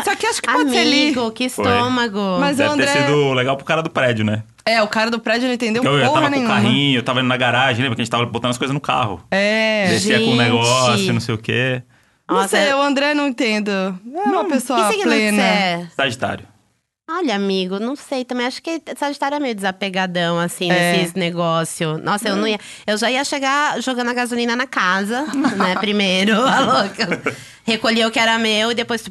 Isso aqui acho que pode ser ali. Amigo, que estômago. Mas- Deve o ter André- sido legal pro cara do prédio, né? É, o cara do prédio não entendeu eu, eu porra tava com o nenhuma. carrinho, eu tava indo na garagem, lembra que a gente tava botando as coisas no carro. É. Descia com o Gente. negócio, não sei o quê. Não Nossa, sei, é- o André não entendo. É uma que pessoa signo que você plena. é? Sagitário. Olha, amigo, não sei também. Acho que Sagitário é meio desapegadão, assim, É. nesses negócios. Nossa, eu não ia. Eu já ia chegar jogando a gasolina na casa, né? Primeiro, a louca. Recolher o que era meu e depois. tu-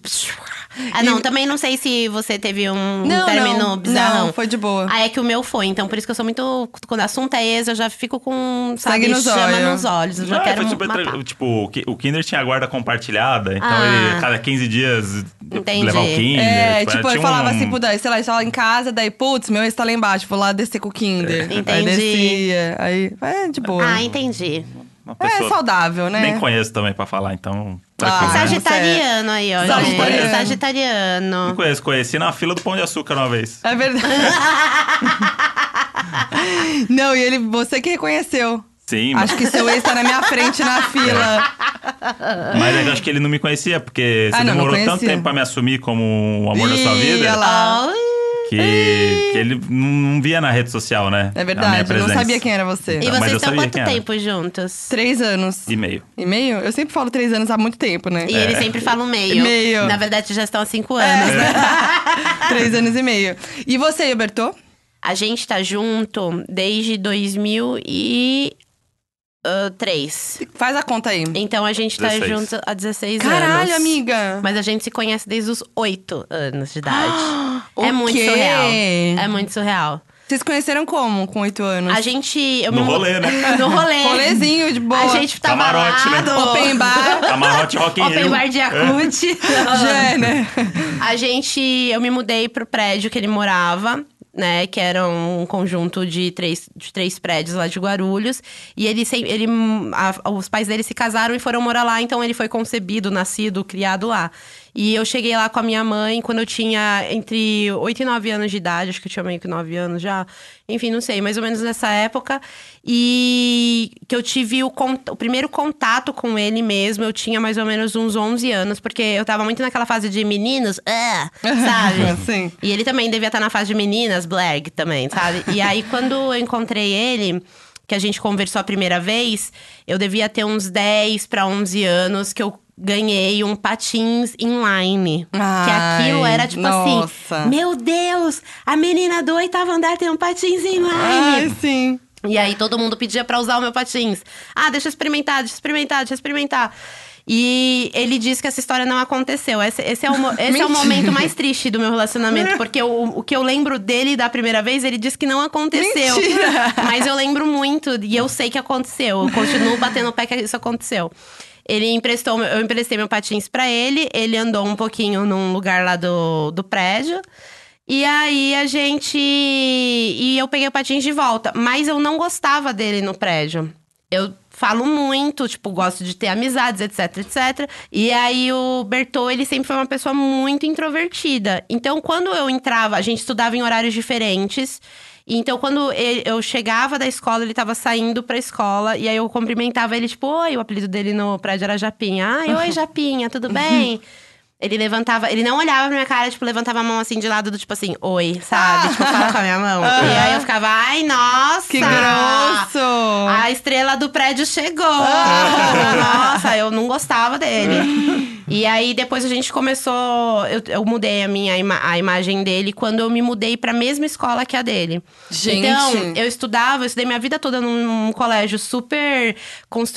Ah, não, também não sei se você teve um Não, término não. bizarrão. Não, foi de boa. Ah, é que o meu foi, então por isso que eu sou muito. Quando o assunto é esse, eu já fico com. Sabe, Sangue nos chama olhos. nos olhos. Eu já Não, quero. Ah, é, um foi super matar. tranquilo. Tipo, o Ki- o Kinder tinha a guarda compartilhada, então Ah. ele, a cada 15 dias Entendi. levar o Kinder. É, tipo, tinha eu falava um- assim, pô, daí, sei lá, a gente tava em casa, daí, putz, meu ex tá lá embaixo, vou lá descer com o Kinder. É. Aí Entendi. descia, aí, é de boa. Ah, entendi. Uma pessoa... é saudável, né? Nem conheço também pra falar, então. Ah, tranquilo, né? Sagitário. Sagitariano aí, ó. Sagitariano. gente. Sagitariano. Não conheço, conheci na fila do Pão de Açúcar uma vez. É verdade. Não, e ele, você que reconheceu. Sim, mas, É. Acho que seu ex tá na minha frente na fila. É mas eu acho que ele não me conhecia, porque você Ah, não, não demorou tanto conhecia. tempo pra me assumir como o amor da sua Ih, vida olha lá. Ai. que, que ele não não via na rede social, né? É A minha verdade, eu não presença. sabia quem era você. E Não, mas vocês eu estão sabia quanto quem era. tempo juntos? Três anos. E meio. E meio? Eu sempre falo três anos há muito tempo, né? E É. ele sempre fala um meio. Meio. É. Na verdade, já estão há cinco anos. né? Três anos e meio. E você, Roberto? A gente tá junto desde 2003. Faz a conta aí. Então a gente tá 16. junto há 16 anos. Caralho, amiga! Mas a gente se conhece desde os 8 anos de idade. o é muito quê? surreal. É muito surreal. Vocês conheceram como com oito anos? A gente. eu No me mu- rolê, né? no rolê. Rolezinho de boa. A gente tava Camarote, lá né? no- Open bar. Camarote Rock in Open Rio. É. Bar de Acute. Já, né? A gente. Eu me mudei pro prédio que ele morava, né? Que era um conjunto de três, de três prédios lá de Guarulhos. E ele, sem- ele a- os pais dele se casaram e foram morar lá, então ele foi concebido, nascido, criado lá. E eu cheguei lá com a minha mãe quando eu tinha entre 8 e 9 anos de idade, acho que eu tinha meio que 9 anos já. Enfim, não sei, mais ou menos nessa época. E que eu tive o, con- o primeiro contato com ele mesmo, eu tinha mais ou menos uns 11 anos, porque eu tava muito naquela fase de meninos, ah, sabe? Sim. E ele também devia estar na fase de meninas, Blag também, sabe? E aí, quando eu encontrei ele, que a gente conversou a primeira vez, eu devia ter uns 10 pra 11 anos que eu ganhei um patins inline. que Ai, aquilo era tipo nossa. assim: Meu Deus, a menina do oitavo andar tem um patins inline. Ai, Ah, sim. E aí todo mundo pedia pra usar o meu patins. Ah, deixa eu experimentar, deixa eu experimentar, deixa eu experimentar. E ele diz que essa história não aconteceu. Esse, esse é, o, mo- esse é Mentira. o momento mais triste do meu relacionamento. Porque o, o que eu lembro dele da primeira vez, ele diz que não aconteceu. Mentira. Mas eu lembro muito e eu sei que aconteceu. Eu continuo batendo o pé que isso aconteceu. Ele emprestou, eu emprestei meu patins pra ele, ele andou um pouquinho num lugar lá do, do prédio. E aí a gente. E eu peguei o patins de volta. Mas eu não gostava dele no prédio. Eu falo muito, tipo, gosto de ter amizades, etc, etc. E aí o Bertô, ele sempre foi uma pessoa muito introvertida. Então, quando eu entrava, a gente estudava em horários diferentes. Então, quando ele- eu chegava da escola, ele tava saindo pra escola. E aí eu cumprimentava ele, tipo, oi, o apelido dele no prédio era Japinha. Ai, oi, Japinha, tudo bem? Ele levantava, ele não olhava pra minha cara, tipo, levantava a mão assim de lado, do tipo assim, oi, sabe? Tipo, fala com a minha mão. E aí eu "Ah, ficava, ai, nossa! Ah. Que grosso! A estrela do prédio chegou. Nossa, eu não gostava dele. E aí depois a gente começou. Eu, eu mudei a minha ima- a imagem dele quando eu me mudei pra mesma escola que a dele. Gente. Então, eu estudava, eu estudei minha vida toda num, num colégio super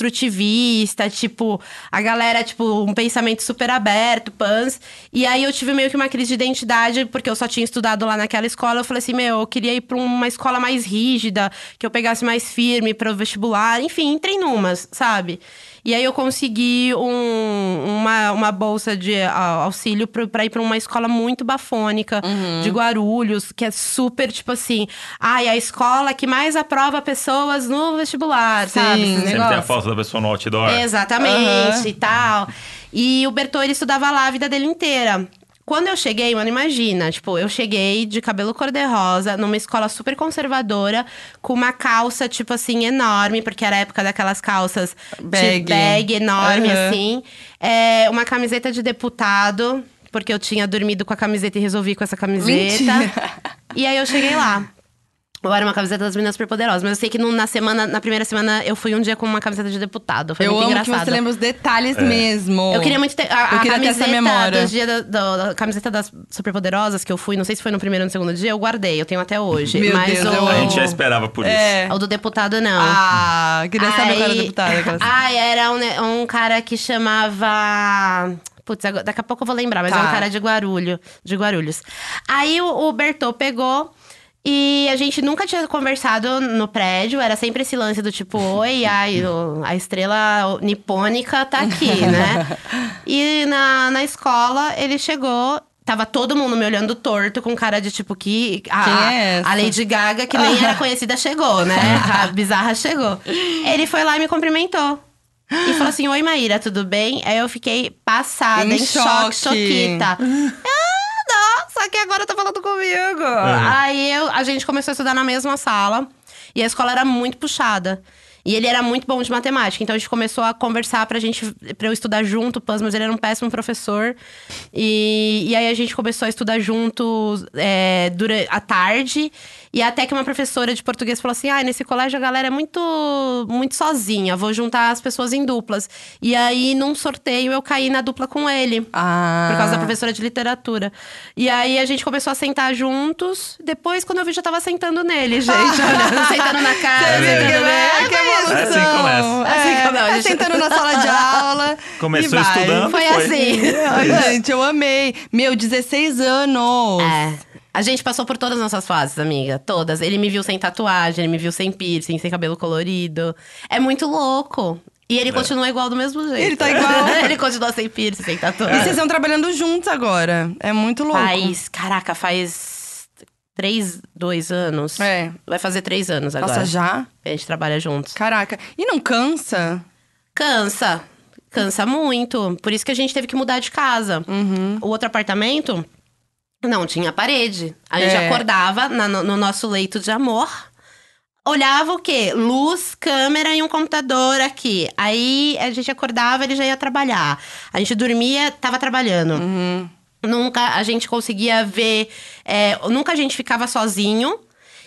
construtivista, tipo, a galera, tipo, um pensamento super aberto, pans. E aí eu tive meio que uma crise de identidade, porque eu só tinha estudado lá naquela escola. Eu falei assim, meu, eu queria ir pra uma escola mais rígida, que eu pegasse mais firme para o vestibular. Enfim, entrei numas, sabe? E aí eu consegui um- uma, uma bolsa de ah, auxílio pro- pra ir pra uma escola muito bafônica de Guarulhos, que é super tipo assim, ai, a escola que mais aprova pessoas no vestibular, Sim. sabe? Esses Sempre Sempre tem a negócios. foto da pessoa no outdoor. Exatamente, Aham. e tal. E o Bertone estudava lá a vida dele inteira. Quando eu cheguei, mano, imagina, tipo, eu cheguei de cabelo cor-de-rosa, numa escola super conservadora, com uma calça, tipo assim, enorme, porque era a época daquelas calças Bag. de bag enorme, Aham. assim. É, uma camiseta de deputado, porque eu tinha dormido com a camiseta e resolvi com essa camiseta. Mentira. E aí eu cheguei lá. Eu era uma camiseta das meninas superpoderosas, mas eu sei que no- na semana, na primeira semana, eu fui um dia com uma camiseta de deputado. Foi Eu muito amo engraçado. que você lembra os detalhes mesmo. Eu queria muito ter. A, Eu a queria ter camiseta essa memória. dos dia do- do- da camiseta das superpoderosas que eu fui, não sei se foi no primeiro ou no segundo dia, eu guardei, eu tenho até hoje. Meu mas Deus, o, eu A amo. gente já esperava por isso. É. o do deputado, não. Ah, queria saber qual era o Aí- deputado. aquelas- Ai, era um, ne- um cara que chamava. Putz, agora- daqui a pouco eu vou lembrar, mas Tá. é um cara de Guarulho, de Guarulhos. Aí o, o Bertô pegou. E a gente nunca tinha conversado no prédio, era sempre esse lance do tipo, oi, ai, o- a estrela nipônica tá aqui, né? E na, na escola ele chegou, tava todo mundo me olhando torto, com cara de tipo, que. A, Quem é a essa? Lady Gaga, que nem era conhecida, chegou, né? A bizarra chegou. Ele foi lá e me cumprimentou. E falou assim: Oi, Maíra, tudo bem? Aí eu fiquei passada, Em em, choque, choque. choquita. Ah, nossa, que agora tá falando comigo. Aí eu- a gente começou a estudar na mesma sala. E a escola era muito puxada. E ele era muito bom de matemática. Então a gente começou a conversar pra gente pra eu estudar junto, Pans, mas ele era um péssimo professor. E, e aí a gente começou a estudar junto é, durante a tarde. E até que uma professora de português falou assim: ah, nesse colégio a galera é muito, muito sozinha, vou juntar as pessoas em duplas. E aí, num sorteio, eu caí na dupla com ele. Ah. Por causa da professora de literatura. E aí a gente começou a sentar juntos. Depois, quando eu vi, já tava sentando nele, gente. olha, sentando na cara. Você viu que, sentando é, que evolução. Assim começa. Assim É, começa. vai sentando na sala de aula. Começou e vai. estudando. Foi foi. assim. Ai, gente, eu amei. Meu, 16 anos. É. A gente passou por todas as nossas fases, amiga. Todas. Ele me viu sem tatuagem, ele me viu sem piercing, sem cabelo colorido. É muito louco. E ele continua igual do mesmo jeito. É. Ele tá igual. ele continua sem piercing, sem E vocês tatuagem. estão trabalhando juntos agora. É muito louco. Faz, caraca, faz três, dois anos. É. Vai fazer três anos agora. Nossa, já? A gente trabalha juntos. Caraca. E não cansa? Cansa. Cansa muito. Por isso que a gente teve que mudar de casa. Uhum, O outro apartamento não tinha parede. A gente É. acordava na- no, no nosso leito de amor. Olhava o quê? Luz, câmera e um computador aqui. Aí a gente acordava, ele já ia trabalhar. A gente dormia, tava trabalhando. uhum. Nunca a gente conseguia ver. é, nunca a gente ficava sozinho.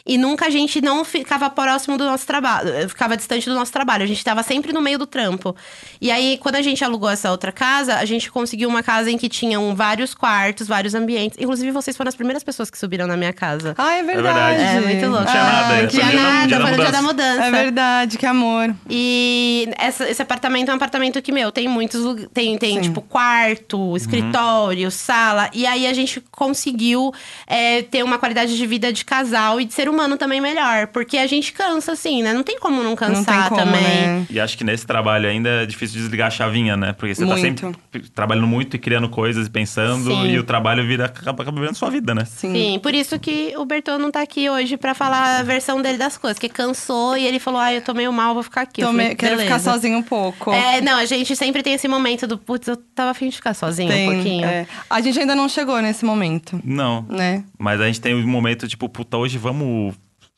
E nunca a gente não ficava próximo do nosso trabalho, eh, ficava distante do nosso trabalho. A gente estava sempre no meio do trampo. E aí, quando a gente alugou essa outra casa, a gente conseguiu uma casa em que tinham vários quartos, vários ambientes. Inclusive, vocês foram as primeiras pessoas que subiram na minha casa. Ah, é verdade. É muito Não louco. tinha nada, Ai, né? que Tinha foi no dia da- nada, dia da foi no dia da mudança. mudança. É verdade, que amor. E essa- esse apartamento é um apartamento que, meu, tem muitos lugares. Tem, tem tipo, Uhum. quarto, escritório, sala. E aí a gente conseguiu é, ter uma qualidade de vida de casal e de ser humano também melhor. Porque a gente cansa, assim, né? Não tem como não Não tem cansar como, também. né? E acho que nesse trabalho ainda é difícil desligar a chavinha, né? Porque você Muito. tá sempre trabalhando muito e criando coisas e pensando, Sim. e o trabalho vira, acaba, acaba virando sua vida, né? Sim. Sim, por isso que o Bertô não tá aqui hoje pra falar a versão dele das coisas, que cansou e ele falou: Ah, eu tô meio mal, vou ficar aqui. Eu Então, me- falei, quero ficar "Beleza." sozinho um pouco. É, não, a gente sempre tem esse momento do putz, eu tava afim de ficar sozinho Tem, um pouquinho. é. A gente ainda não chegou nesse momento, Não. né? Mas a gente tem um momento, tipo, puta, hoje vamos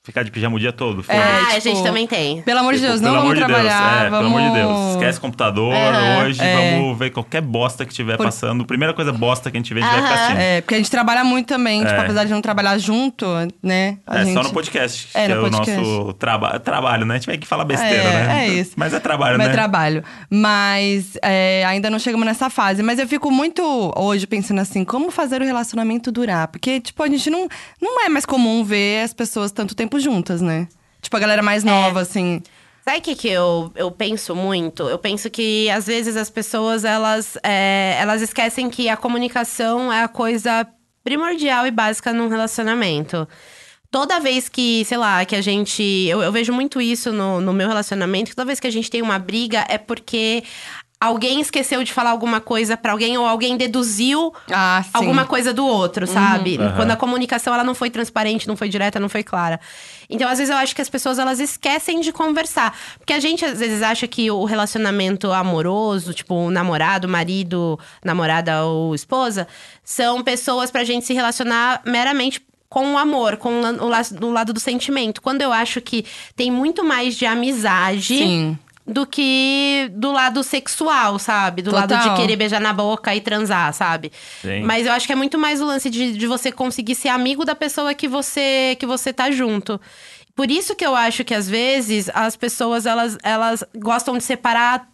Ficar de pijama o dia todo. É, foda-se. Tipo, ah, a tipo, gente também tem. Pelo amor de Deus, não pelo vamos amor de Deus, trabalhar. é, vamos... Pelo amor de Deus. Esquece computador Aham, hoje, é. vamos ver qualquer bosta que tiver Por- passando. Primeira coisa bosta que a gente vê, a gente vai Aham. ficar assistindo. É, É, porque a gente trabalha muito também, tipo, É. apesar de não trabalhar junto, né? a gente- só no podcast, É, que é no o podcast. nosso traba... trabalho, né? A gente vai que falar besteira, É, né? é isso. Mas é trabalho, Mas né? trabalho. Mas é, ainda não chegamos nessa fase. Mas eu fico muito hoje pensando assim, como fazer o relacionamento durar? Porque, tipo, a gente não, não é mais comum ver as pessoas tanto tempo juntas, né? Tipo, a galera É. mais nova, assim. Sabe o que, que eu, eu penso muito? Eu penso que, às vezes, as pessoas, elas, é, elas esquecem que a comunicação é a coisa primordial e básica num relacionamento. Toda vez que, sei lá, que a gente. Eu, eu vejo muito isso no, no meu relacionamento. que Toda vez que a gente tem uma briga, é porque alguém esqueceu de falar alguma coisa pra alguém ou alguém deduziu Ah, sim. alguma coisa do outro, sabe? Uhum. Aham. Quando a comunicação ela não foi transparente, não foi direta, não foi clara. Então, às vezes eu acho que as pessoas elas esquecem de conversar, porque a gente às vezes acha que o relacionamento amoroso, tipo o namorado, marido, namorada ou esposa, são pessoas pra gente se relacionar meramente com o amor, com o lan- o la- do lado do sentimento. Quando eu acho que tem muito mais de amizade Sim. do que do lado sexual, sabe? Do lado Total. de querer beijar na boca e transar, sabe? Sim. Mas eu acho que é muito mais o lance de, de você conseguir ser amigo da pessoa que você que você tá junto. Por isso que eu acho que às vezes as pessoas elas, elas gostam de separar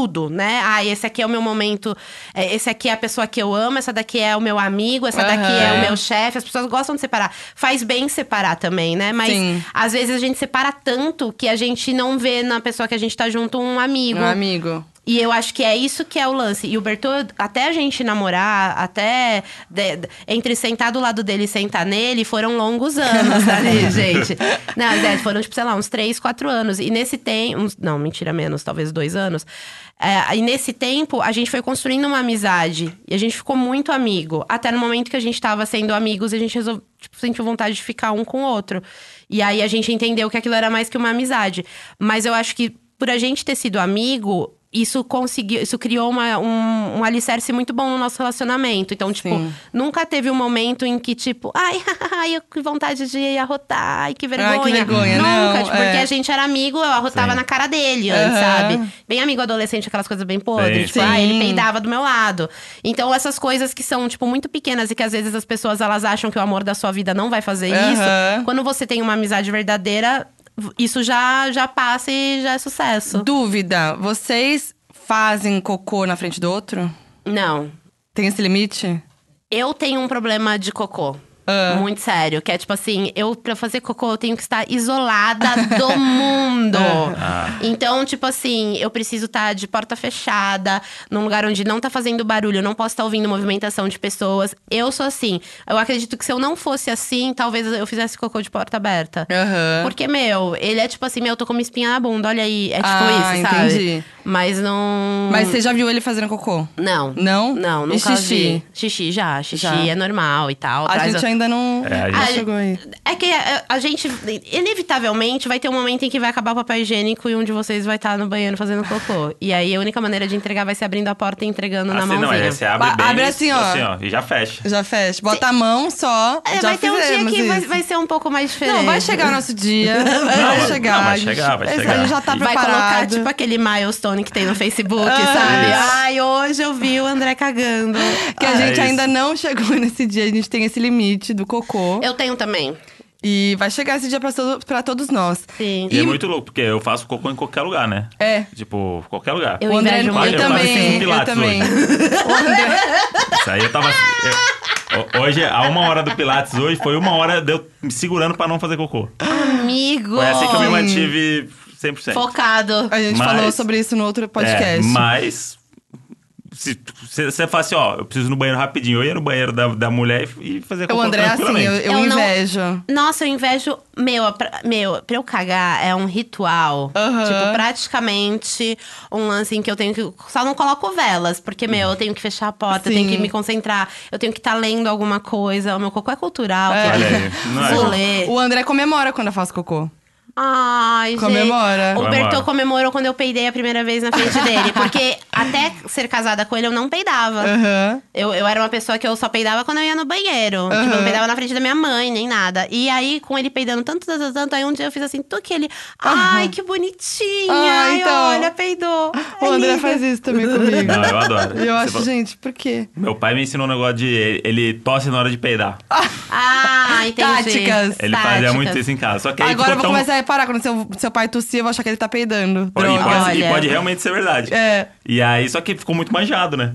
tudo, né? Ah, esse aqui é o meu momento, é, esse aqui é a pessoa que eu amo, essa daqui é o meu amigo, essa daqui Aham. é o meu chefe. As pessoas gostam de separar. Faz bem separar também, né? Mas Sim. às vezes a gente separa tanto que a gente não vê na pessoa que a gente tá junto um amigo. Um amigo. E eu acho que é isso que é o lance. E o Bertô, até a gente namorar, até de- de- entre sentar do lado dele e sentar nele, foram longos anos ali, gente. Não, é, foram, tipo, sei lá, uns três, quatro anos. E nesse tempo. Não, mentira, menos, talvez dois anos. É, e nesse tempo, a gente foi construindo uma amizade. E a gente ficou muito amigo. Até no momento que a gente tava sendo amigos, a gente resolveu tipo, sentiu vontade de ficar um com o outro. E aí a gente entendeu que aquilo era mais que uma amizade. Mas eu acho que por a gente ter sido amigo, isso conseguiu, isso criou uma, um, um alicerce muito bom no nosso relacionamento. Então, tipo, Sim. nunca teve um momento em que, tipo, ai, ai, eu- que vontade de arrotar, ai, que vergonha. Ai, que vergonha, nunca, não, tipo, porque é. a gente era amigo, eu arrotava Sim. na cara dele, antes, Aham. sabe? Bem amigo adolescente, aquelas coisas bem podres. Sim. Tipo, ah, ele Sim. peidava tava do meu lado. Então, essas coisas que são, tipo, muito pequenas e que às vezes as pessoas elas acham que o amor da sua vida não vai fazer isso. Aham. Quando você tem uma amizade verdadeira, v- isso já, já passa e já é sucesso. Dúvida, vocês fazem cocô na frente do outro? Não. Tem esse limite? Eu tenho um problema de cocô. Ah. Muito sério. Que é tipo assim, eu pra fazer cocô eu tenho que estar isolada do mundo. Então, tipo assim, eu preciso estar de porta fechada, num lugar onde não tá fazendo barulho, eu não posso estar ouvindo movimentação de pessoas. Eu sou assim. Eu acredito que se eu não fosse assim, talvez eu fizesse cocô de porta aberta. Aham. Porque, meu, ele é tipo assim, meu, eu tô com uma espinha na bunda, olha aí. É tipo Ah, isso, sabe? entendi. Mas não. Mas você já viu ele fazendo cocô? Não. Não? Não, E nunca xixi? vi. Xixi já, xixi Já. é normal e tal. A traz gente ainda não, É, a não gente- chegou aí. É que a, a gente, inevitavelmente, vai ter um momento em que vai acabar o papel higiênico e um de vocês vai estar no banheiro fazendo cocô. E aí a única maneira de entregar vai ser abrindo a porta e entregando na Assim, não, mãozinha. é, você abre Ba- bem. abre assim, ó. e já fecha. Já fecha. Bota a mão só. É, já vai ter um dia fizemos que vai, isso. vai ser um pouco mais diferente. Não, vai chegar o nosso dia. vai mas- chegar. não, vai a gente- chegar, vai esse chegar. A gente já tá Vai preparado. Ah, colocar, tipo, aquele milestone que tem no Facebook, sabe? Isso. Ai, hoje eu vi o André cagando. que a Ah, gente é ainda isso. não chegou nesse dia. A gente tem esse limite do cocô. Eu tenho também. E vai chegar esse dia pra, todo- pra todos nós. Sim. E, é E- muito louco, porque eu faço cocô em qualquer lugar, né? É. Tipo, qualquer lugar. Eu o André, invejo muito. eu Eu quase fiz um também, eu Pilates também. Isso aí eu tava. assim, eu- o- hoje, a uma hora do Pilates, hoje foi uma hora de eu me segurando pra não fazer cocô. Amigo! Foi assim que eu me mantive 100%. Focado. A gente Mas- falou sobre isso no outro É, podcast. mas. Se você fala assim, ó, eu preciso ir no banheiro rapidinho. Eu ia no banheiro da, da mulher e, e fazer cocô o André é assim, eu, tranquilamente. eu, Eu não- invejo. Nossa, eu invejo. Meu, pra, meu, pra eu cagar é um ritual. Aham. Tipo, praticamente um lance em que eu tenho que. Só não coloco velas, porque, meu, eu tenho que fechar a porta, eu tenho Sim. que me concentrar, eu tenho que estar lendo alguma coisa. O meu cocô é cultural. É. Olha aí, não é? Vou ler. O André comemora quando eu faço cocô. Ai, Comemora. gente. O Comemora. Bertô comemorou quando eu peidei a primeira vez na frente dele. Porque até ser casada com ele, eu não peidava. Aham. Eu, eu era uma pessoa que eu só peidava quando eu ia no banheiro. Tipo, eu não peidava na frente da minha mãe, nem nada. E aí, com ele peidando tanto, tanto, tanto, aí um dia eu fiz assim, toque ele. Ai, que bonitinha! Ah, Ai, então. olha, peidou. É O André Liga. faz isso também comigo. Não, eu adoro. E eu Você acho, fala- gente, por quê? Meu pai me ensinou um negócio de. Ele tosse na hora de peidar. Ah, entendi. Táticas. Ele fazia Táticas. muito isso em casa. Só que aí Agora eu ficou vou tão... começar a reparar. Quando seu, seu pai tossir, eu vou achar que ele tá então? peidando. Pode- E Droga. pode, e Olha. pode realmente ser verdade. É. E aí, só que ficou muito manjado, né?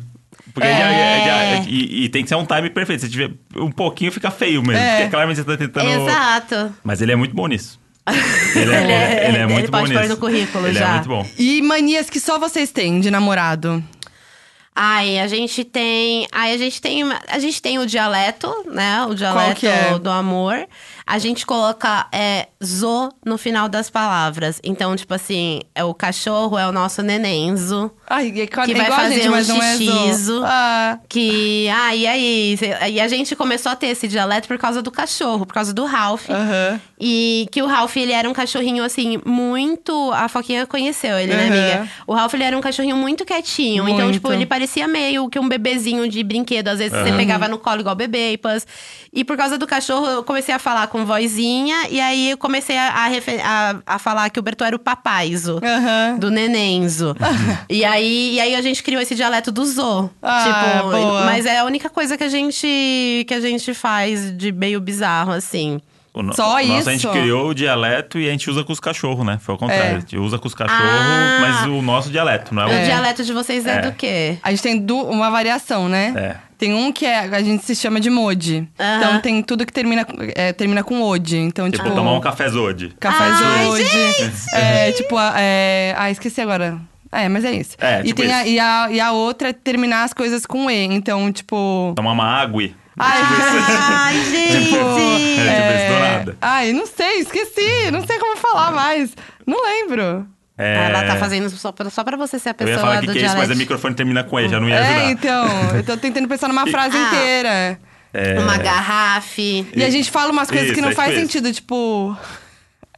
Porque É. já- já- já- e, e tem que ser um time perfeito. Se tiver um pouquinho, fica feio mesmo. É. Porque claramente você tá tentando. Exato. Mas ele é muito bom nisso. Ele é, Ele é- ele é ele muito bom pode nisso. pôr no currículo ele é já. muito bom. E manias que só vocês têm de namorado. Ai, a gente tem. Ai, a gente tem. uma- A gente tem o dialeto, né? O dialeto que é? do amor. A gente coloca é, zo no final das palavras. Então, tipo assim, é o cachorro, é o nosso nenenzo. Ai, é, Que é vai igual a gente, fazer um mas não é xixizo. zo. Ah, Que. Ah, e aí? Cê- E a gente começou a ter esse dialeto por causa do cachorro, por causa do Ralph. Aham. E que o Ralph, ele era um cachorrinho, assim, muito. A Foquinha conheceu ele, né, Aham. amiga? O Ralph, ele era um cachorrinho muito quietinho. Então, Muito. tipo, ele parecia meio que um bebezinho de brinquedo. Às vezes você pegava no colo igual bebê e pãs. E por causa do cachorro, eu comecei a falar com vozinha. E aí eu comecei a, a refe- a- a falar que o Bertô era o papaizo. aham. Do nenenzo. e, aí, e aí a gente criou esse dialeto do Zô. Uhum. Ah, tipo, boa. mas é a única coisa que a gente que a gente faz de meio bizarro, assim. O no- Só o Nosso, a isso? gente criou o dialeto e a gente usa com os cachorros, né? Foi ao contrário. É. A gente usa com os cachorros, Ah. mas o nosso dialeto, não é o. O dialeto de vocês é, É. do quê? A gente tem du- uma variação, né? É. Tem um que é, a gente se chama de modi. Aham. Então tem tudo que termina, com- é, termina com ode. Então, Tipo, tipo, tomar um café Tipo hoje. café Ai, de ode. É, tipo, a- é, ah, esqueci agora. É, mas é isso. É, e, tipo tem a, isso. e, a, e a outra é terminar as coisas com E. Então, tipo. Tomar uma água. Ai, Tipo Ai, É, gente! tipo, isso do nada. Ai, não sei, esqueci. Não sei como falar mais. Não lembro. É, Ela tá fazendo só pra, só pra você ser a Eu pessoa ia falar que do que é isso, dialeto. mas o microfone termina com E, já não ia ajudar. É, então. Eu tô tentando pensar numa frase Ah. inteira. É. Uma garrafa. E a gente fala umas coisas Isso, que não é faz tipo isso. sentido, tipo.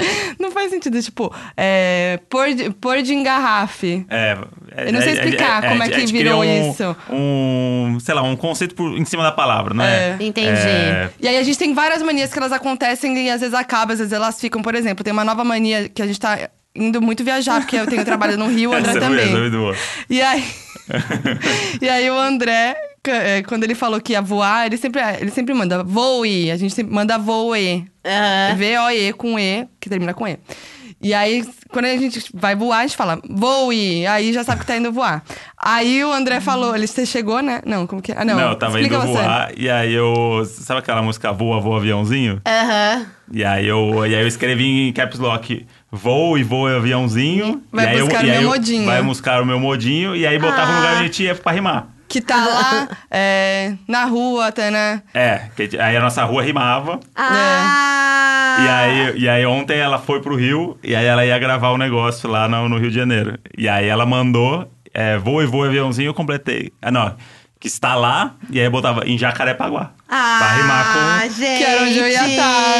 Não faz sentido, tipo, é, pôr, de, pôr de engarrafe. É, Eu não sei explicar como é que a gente virou cria um- isso. Um, sei lá, um conceito por, em cima da palavra, não é? Entendi. É, E aí a gente tem várias manias que elas acontecem e às vezes acaba, às vezes elas ficam. Por exemplo, tem uma nova mania que a gente tá indo muito viajar, porque eu tenho trabalho no Rio, o André essa foi- também. essa foi boa. E aí. e aí o André, c- é, quando ele falou que ia voar, ele sempre, ele sempre manda voe. A gente sempre manda voe. É. Aham. V-O-E com E, que termina com E. E aí, quando a gente vai voar, a gente fala, voe. Aí já sabe que tá indo voar. Aí o André falou, ele você chegou, né? Não, como que é? Ah, não. Não, eu tava Explica indo você. voar, e aí eu. Sabe aquela música Voa, Voa Aviãozinho? Aham. E aí eu, e aí eu escrevi em caps lock voo e voo aviãozinho. Vai e aí eu- buscar e o aí meu eu- modinho. Vai buscar o meu modinho e aí botava Ah. no lugar onde a gente ia pra rimar. Que tá lá, é, na rua, tá, né? É, que a gente- aí a nossa rua rimava. É. Ah! E, aí, e aí ontem ela foi pro Rio e aí ela ia gravar o negócio lá no, no Rio de Janeiro. E aí ela mandou é, voo e voo aviãozinho, eu completei. Ah, não. Que está lá, e aí eu botava em Jacarepaguá. pra rimar com. Ah, gente! Que era onde eu ia tá.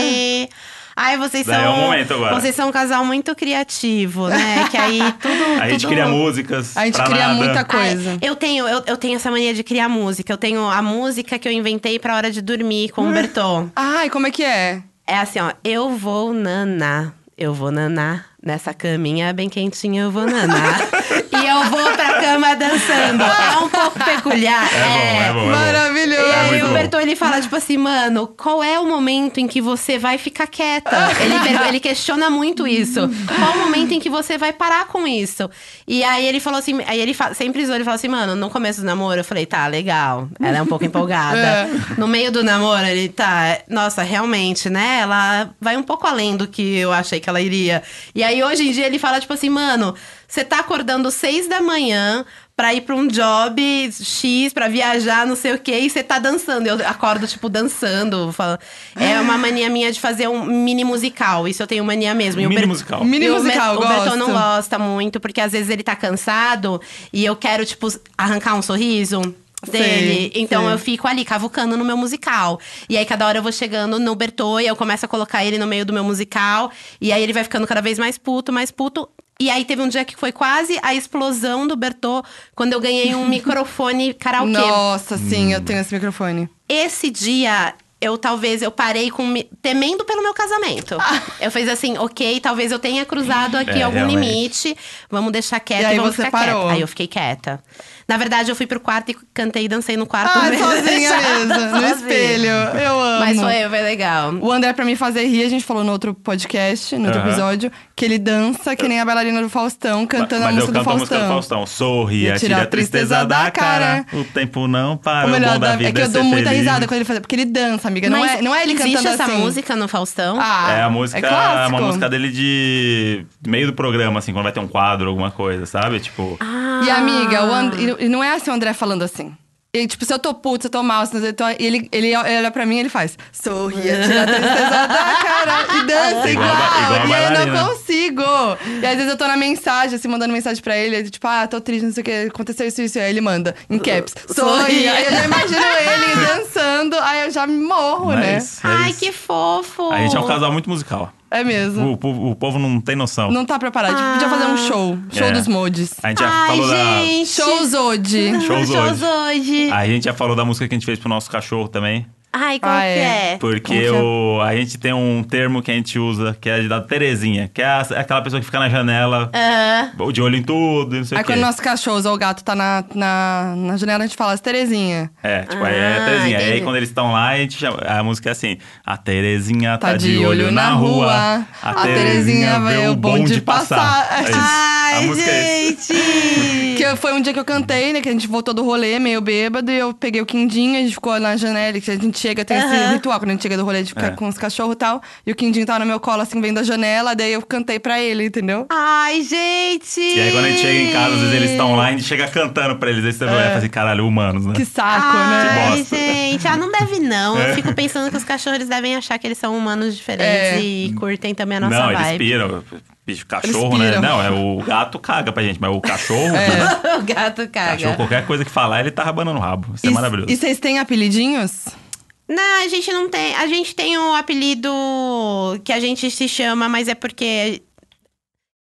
estar. Ai, vocês são. Daí é o momento agora. Vocês são um casal muito criativo, né? Que aí tudo. Aí a gente tudo- cria músicas. A gente pra cria nada. muita coisa. Ai, eu tenho, eu, eu tenho essa mania de criar música. Eu tenho a música que eu inventei pra hora de dormir Hum. com o Berton. Ai, como é que é? É assim, ó. Eu vou naná. Eu vou naná. Nessa caminha bem quentinha, eu vou naná. e eu vou pra cama dançando. É um pouco peculiar. É bom, é bom. É bom. Maravilhoso. E aí muito o bom. Bertô, ele fala, tipo assim, mano, qual é o momento em que você vai ficar quieta? Ele, per- ele questiona muito isso. Qual o momento em que você vai parar com isso? E aí ele falou assim, aí ele fa- sempre zoou, ele falou assim, mano, no começo do namoro, eu falei, tá, legal. Ela é um pouco empolgada. No meio do namoro, ele tá, nossa, realmente, né? Ela vai um pouco além do que eu achei que ela iria. E aí hoje em dia ele fala, tipo assim, mano, você tá acordando seis da manhã pra ir pra um job X, pra viajar, não sei o quê, e você tá dançando. Eu acordo, tipo, dançando. falo- É uma mania minha de fazer um mini musical. Isso eu tenho mania mesmo. E o Mini Ber- musical. Mini e o musical, Ber- O Bertão não gosto. gosta muito, porque às vezes ele tá cansado e eu quero, tipo, arrancar um sorriso. Sei, dele. então sei. eu fico ali cavucando no meu musical. E aí cada hora eu vou chegando no Bertô e eu começo a colocar ele no meio do meu musical. E aí ele vai ficando cada vez mais puto, mais puto. E aí teve um dia que foi quase a explosão do Bertô quando eu ganhei um microfone karaokê. Nossa, sim, Hum. eu tenho esse microfone. Esse dia eu talvez eu parei com me- temendo pelo meu casamento. Ah. Eu fiz assim, ok, talvez eu tenha cruzado aqui É, algum realmente. limite. Vamos deixar E quieta e, aí vamos você ficar parou. quieta. Aí eu fiquei quieta. Na verdade, eu fui pro quarto e cantei e dancei no quarto. Ah, mesmo, sozinha fechada, mesmo, no sozinha. espelho. Eu amo. Mas foi, foi legal. O André, pra me fazer rir, a gente falou no outro podcast, no outro Aham. episódio, que ele dança que nem a bailarina do Faustão, cantando Mas a música eu canto do Faustão. a música do Faustão. Sorria, tira a tristeza da cara. O tempo não para. O O, melhor bom da da- vida é que é eu ser dou muita feliz. risada quando ele faz, porque ele dança, amiga. Não Mas é, não é ele existe cantando essa assim. música no Faustão? Ah, É a música, é clássico. uma música dele de meio do programa, assim, quando vai ter um quadro, alguma coisa, sabe? Tipo, E amiga, o And- e não é assim o André falando assim. E, tipo, se eu tô puto, se eu tô mal, se eu tô... E ele, ele olha pra mim e ele faz... Sorria, tira a tristeza da cara e dança Igual igual. a ba- igual a e aí eu bailarina. não consigo. E às vezes eu tô na mensagem, assim, mandando mensagem pra ele. Tipo, ah, tô triste, não sei o que, aconteceu isso, isso. E Aí ele manda, em caps, sorria. Sorria. Aí eu já imagino ele dançando, aí eu já me morro, é né? isso, é Ai, isso. que fofo! A gente é um casal muito musical. É mesmo. O, povo- o povo não tem noção. Não tá preparado. A gente podia Ah. fazer um show. Show É. dos modes. A gente já Ai, falou gente! Shows hoje. Shows hoje. Ah. hoje. da. A gente já falou da música que a gente fez pro nosso cachorro também. Ai, qual Ah, que é. é? Porque Como que é? o, a gente tem um termo que a gente usa, que é da Terezinha, que é a- aquela pessoa que fica na janela, É. ou de olho em tudo, e não sei Aí o quê. quando o nosso cachorro ou o gato tá na, na, na janela, a gente fala, as Terezinha. É, tipo, aí é a Ah, Terezinha. E aí entendi. quando eles estão lá, a gente chama- A música é assim: A Terezinha tá, Tá de olho, na rua. a Terezinha vê o bonde passar. É isso. a Ai, música é isso. gente! Que foi um dia que eu cantei, né? Que a gente voltou do rolê meio bêbado e eu peguei o quindinho, a gente ficou na janela, que a gente chega, tem esse Aham. ritual, quando a gente chega do rolê de ficar É. com os cachorros e tal. E o quindinho tava no meu colo, assim, vendo a janela, daí eu cantei pra ele, entendeu? Ai, gente! E aí quando a gente chega em casa, às vezes eles estão lá, a gente chega cantando pra eles. Aí você vai e fala assim: caralho, humanos, né? Que saco, Ah. né? Que Ai, bosta. gente. Ah, não deve não. É. Eu fico pensando que os cachorros eles devem achar que eles são humanos diferentes É. e curtem também a nossa não, eles vibe. piram. Bicho, cachorro, Eles né? piram. Não, é o gato caga pra gente, mas o cachorro. né? o gato Cachorro, caga. qualquer coisa que falar, ele tá rabanando o rabo. Isso é E- maravilhoso. E vocês têm apelidinhos? Não, a gente não tem. A gente tem um apelido que a gente se chama, mas é porque.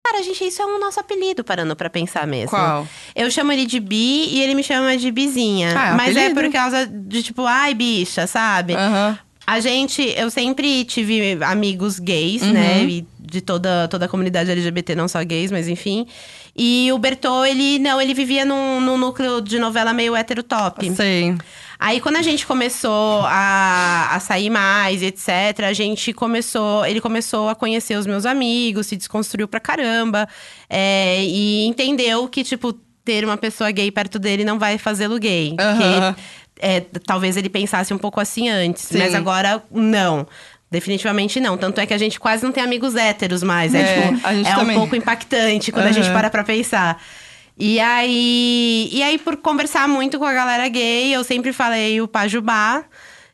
Cara, a gente, isso é um nosso apelido, parando pra pensar mesmo. Qual? Eu chamo ele de Bi e ele me chama de Bizinha. Ah, é mas apelido. Ah. é por causa de, tipo, ai, bicha, sabe? Aham. A gente, eu sempre tive amigos gays, Uhum. né? E de toda, toda a comunidade LGBT, não só gays, mas enfim. E o Bertô, ele não, ele vivia num, num núcleo de novela meio hétero top. Sei. Aí quando a gente começou a, a sair mais, etc, a gente começou, ele começou a conhecer os meus amigos, se desconstruiu pra caramba, é, e entendeu que tipo ter uma pessoa gay perto dele não vai fazê-lo gay, Aham. que é, talvez ele pensasse um pouco assim antes, Sim. mas agora não. Definitivamente não. Tanto é que a gente quase não tem amigos héteros mais. É, É, tipo, a gente é um também. pouco impactante quando a gente Aham. para pra pensar. E aí, e aí, por conversar muito com a galera gay, eu sempre falei o Pajubá.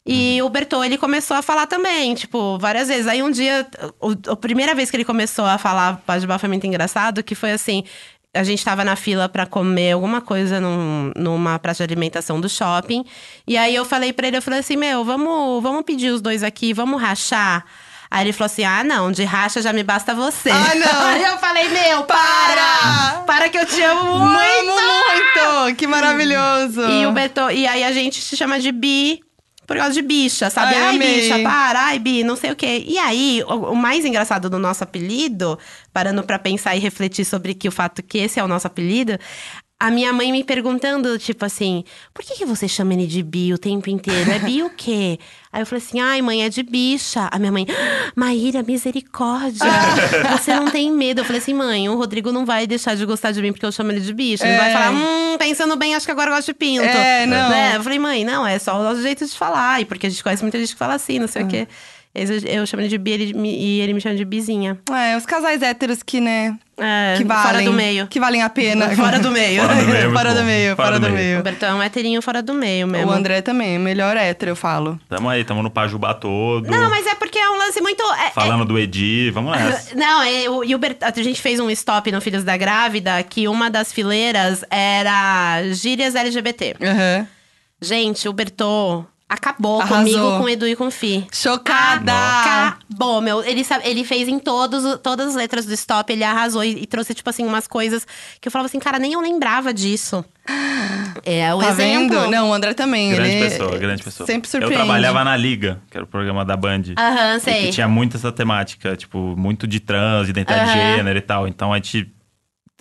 E o Bertô, ele começou a falar também, tipo, várias vezes. Aí um dia, o- a primeira vez que ele começou a falar Pajubá foi muito engraçado, que foi assim… A gente tava na fila pra comer alguma coisa num- numa praça de alimentação do shopping. E aí eu falei pra ele, eu falei assim, meu, vamos, vamos pedir os dois aqui, vamos rachar. Aí ele falou assim, ah não, de racha já me basta você. Ah, não. aí eu falei, meu, para! Para que eu te amo muito! Amo muito! Que maravilhoso! E o Beto, e aí a gente se chama de bi por causa de bicha, sabe? Ai, Ai, amei. bicha, para, ai, bi, não sei o quê. E aí, o, o mais engraçado do nosso apelido, parando pra pensar e refletir sobre que o fato que esse é o nosso apelido, a minha mãe me perguntando, tipo assim, por que, que você chama ele de bi o tempo inteiro? É bi o quê? Aí eu falei assim, ai, mãe, é de bicha. A minha mãe, "Ah, Maíra, misericórdia. Você não tem medo. Eu falei assim, mãe, o Rodrigo não vai deixar de gostar de mim porque eu chamo ele de bicha. Ele É. vai falar, hum, pensando bem, acho que agora eu gosto de pinto. É, não. Né? Eu falei, mãe, não, é só o nosso jeito de falar. E porque a gente conhece muita gente que fala assim, não sei É. o quê. Eles- Eu chamo ele de bi ele me- e ele me chama de bizinha. É, os casais héteros que, né? É, Que valem. Fora do meio. Que valem a pena. Fora do meio. Fora do meio, é muito fora do bom. meio. Fora Fora do do O meio. Bertão é um héterinho fora do meio mesmo. O André também, melhor hétero, eu falo. Tamo aí, tamo no Pajubá todo. Não, mas é porque é um lance muito. é- é- Falando do Edi, vamos nessa. Não, é, o, e o Bert- a gente fez um stop no Filhos da Grávida que uma das fileiras era gírias LGBT. Aham. Gente, o Bertô acabou Arrasou. comigo, com o Edu e com o Fi. Chocada! Acabou, meu. Ele, sabe, ele fez em todos, o- todas as letras do stop, ele arrasou e, e trouxe, tipo assim, umas coisas que eu falava assim, cara, nem eu lembrava disso. É o Tá exemplo. vendo? Não, o André também. Grande ele pessoa, grande pessoa. Sempre surpreende. Eu trabalhava na Liga, que era o programa da Band. Aham, e Ah, sei. que tinha muito essa temática, tipo, muito de trans, identidade de Aham. gênero e tal. Então a gente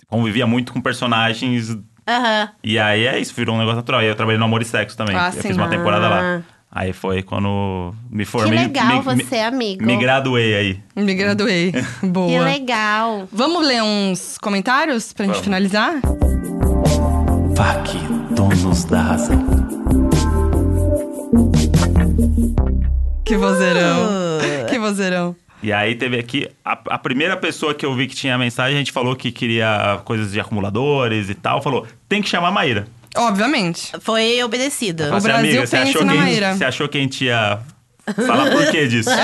convivia muito com personagens. Aham. E aí é isso, virou um negócio natural. E eu trabalhei no Amor e Sexo também. Ah, eu sim. fiz uma temporada Ah. lá. Aí foi quando me Que formei. legal me- você, me, amigo. me graduei aí. Me graduei. Que Boa. legal. Vamos ler uns comentários pra gente Vamos. finalizar? FAC, donos da razão. Uh! Que vozeirão. Que vozeirão. E aí teve aqui a, a primeira pessoa que eu vi que tinha mensagem, a gente falou que queria coisas de acumuladores e tal, falou: "Tem que chamar a Maíra". Obviamente. Foi obedecido. Falei assim, Brasil você pensa achou na que a gente- Maíra." Você achou que a gente ia falar por que disso? É,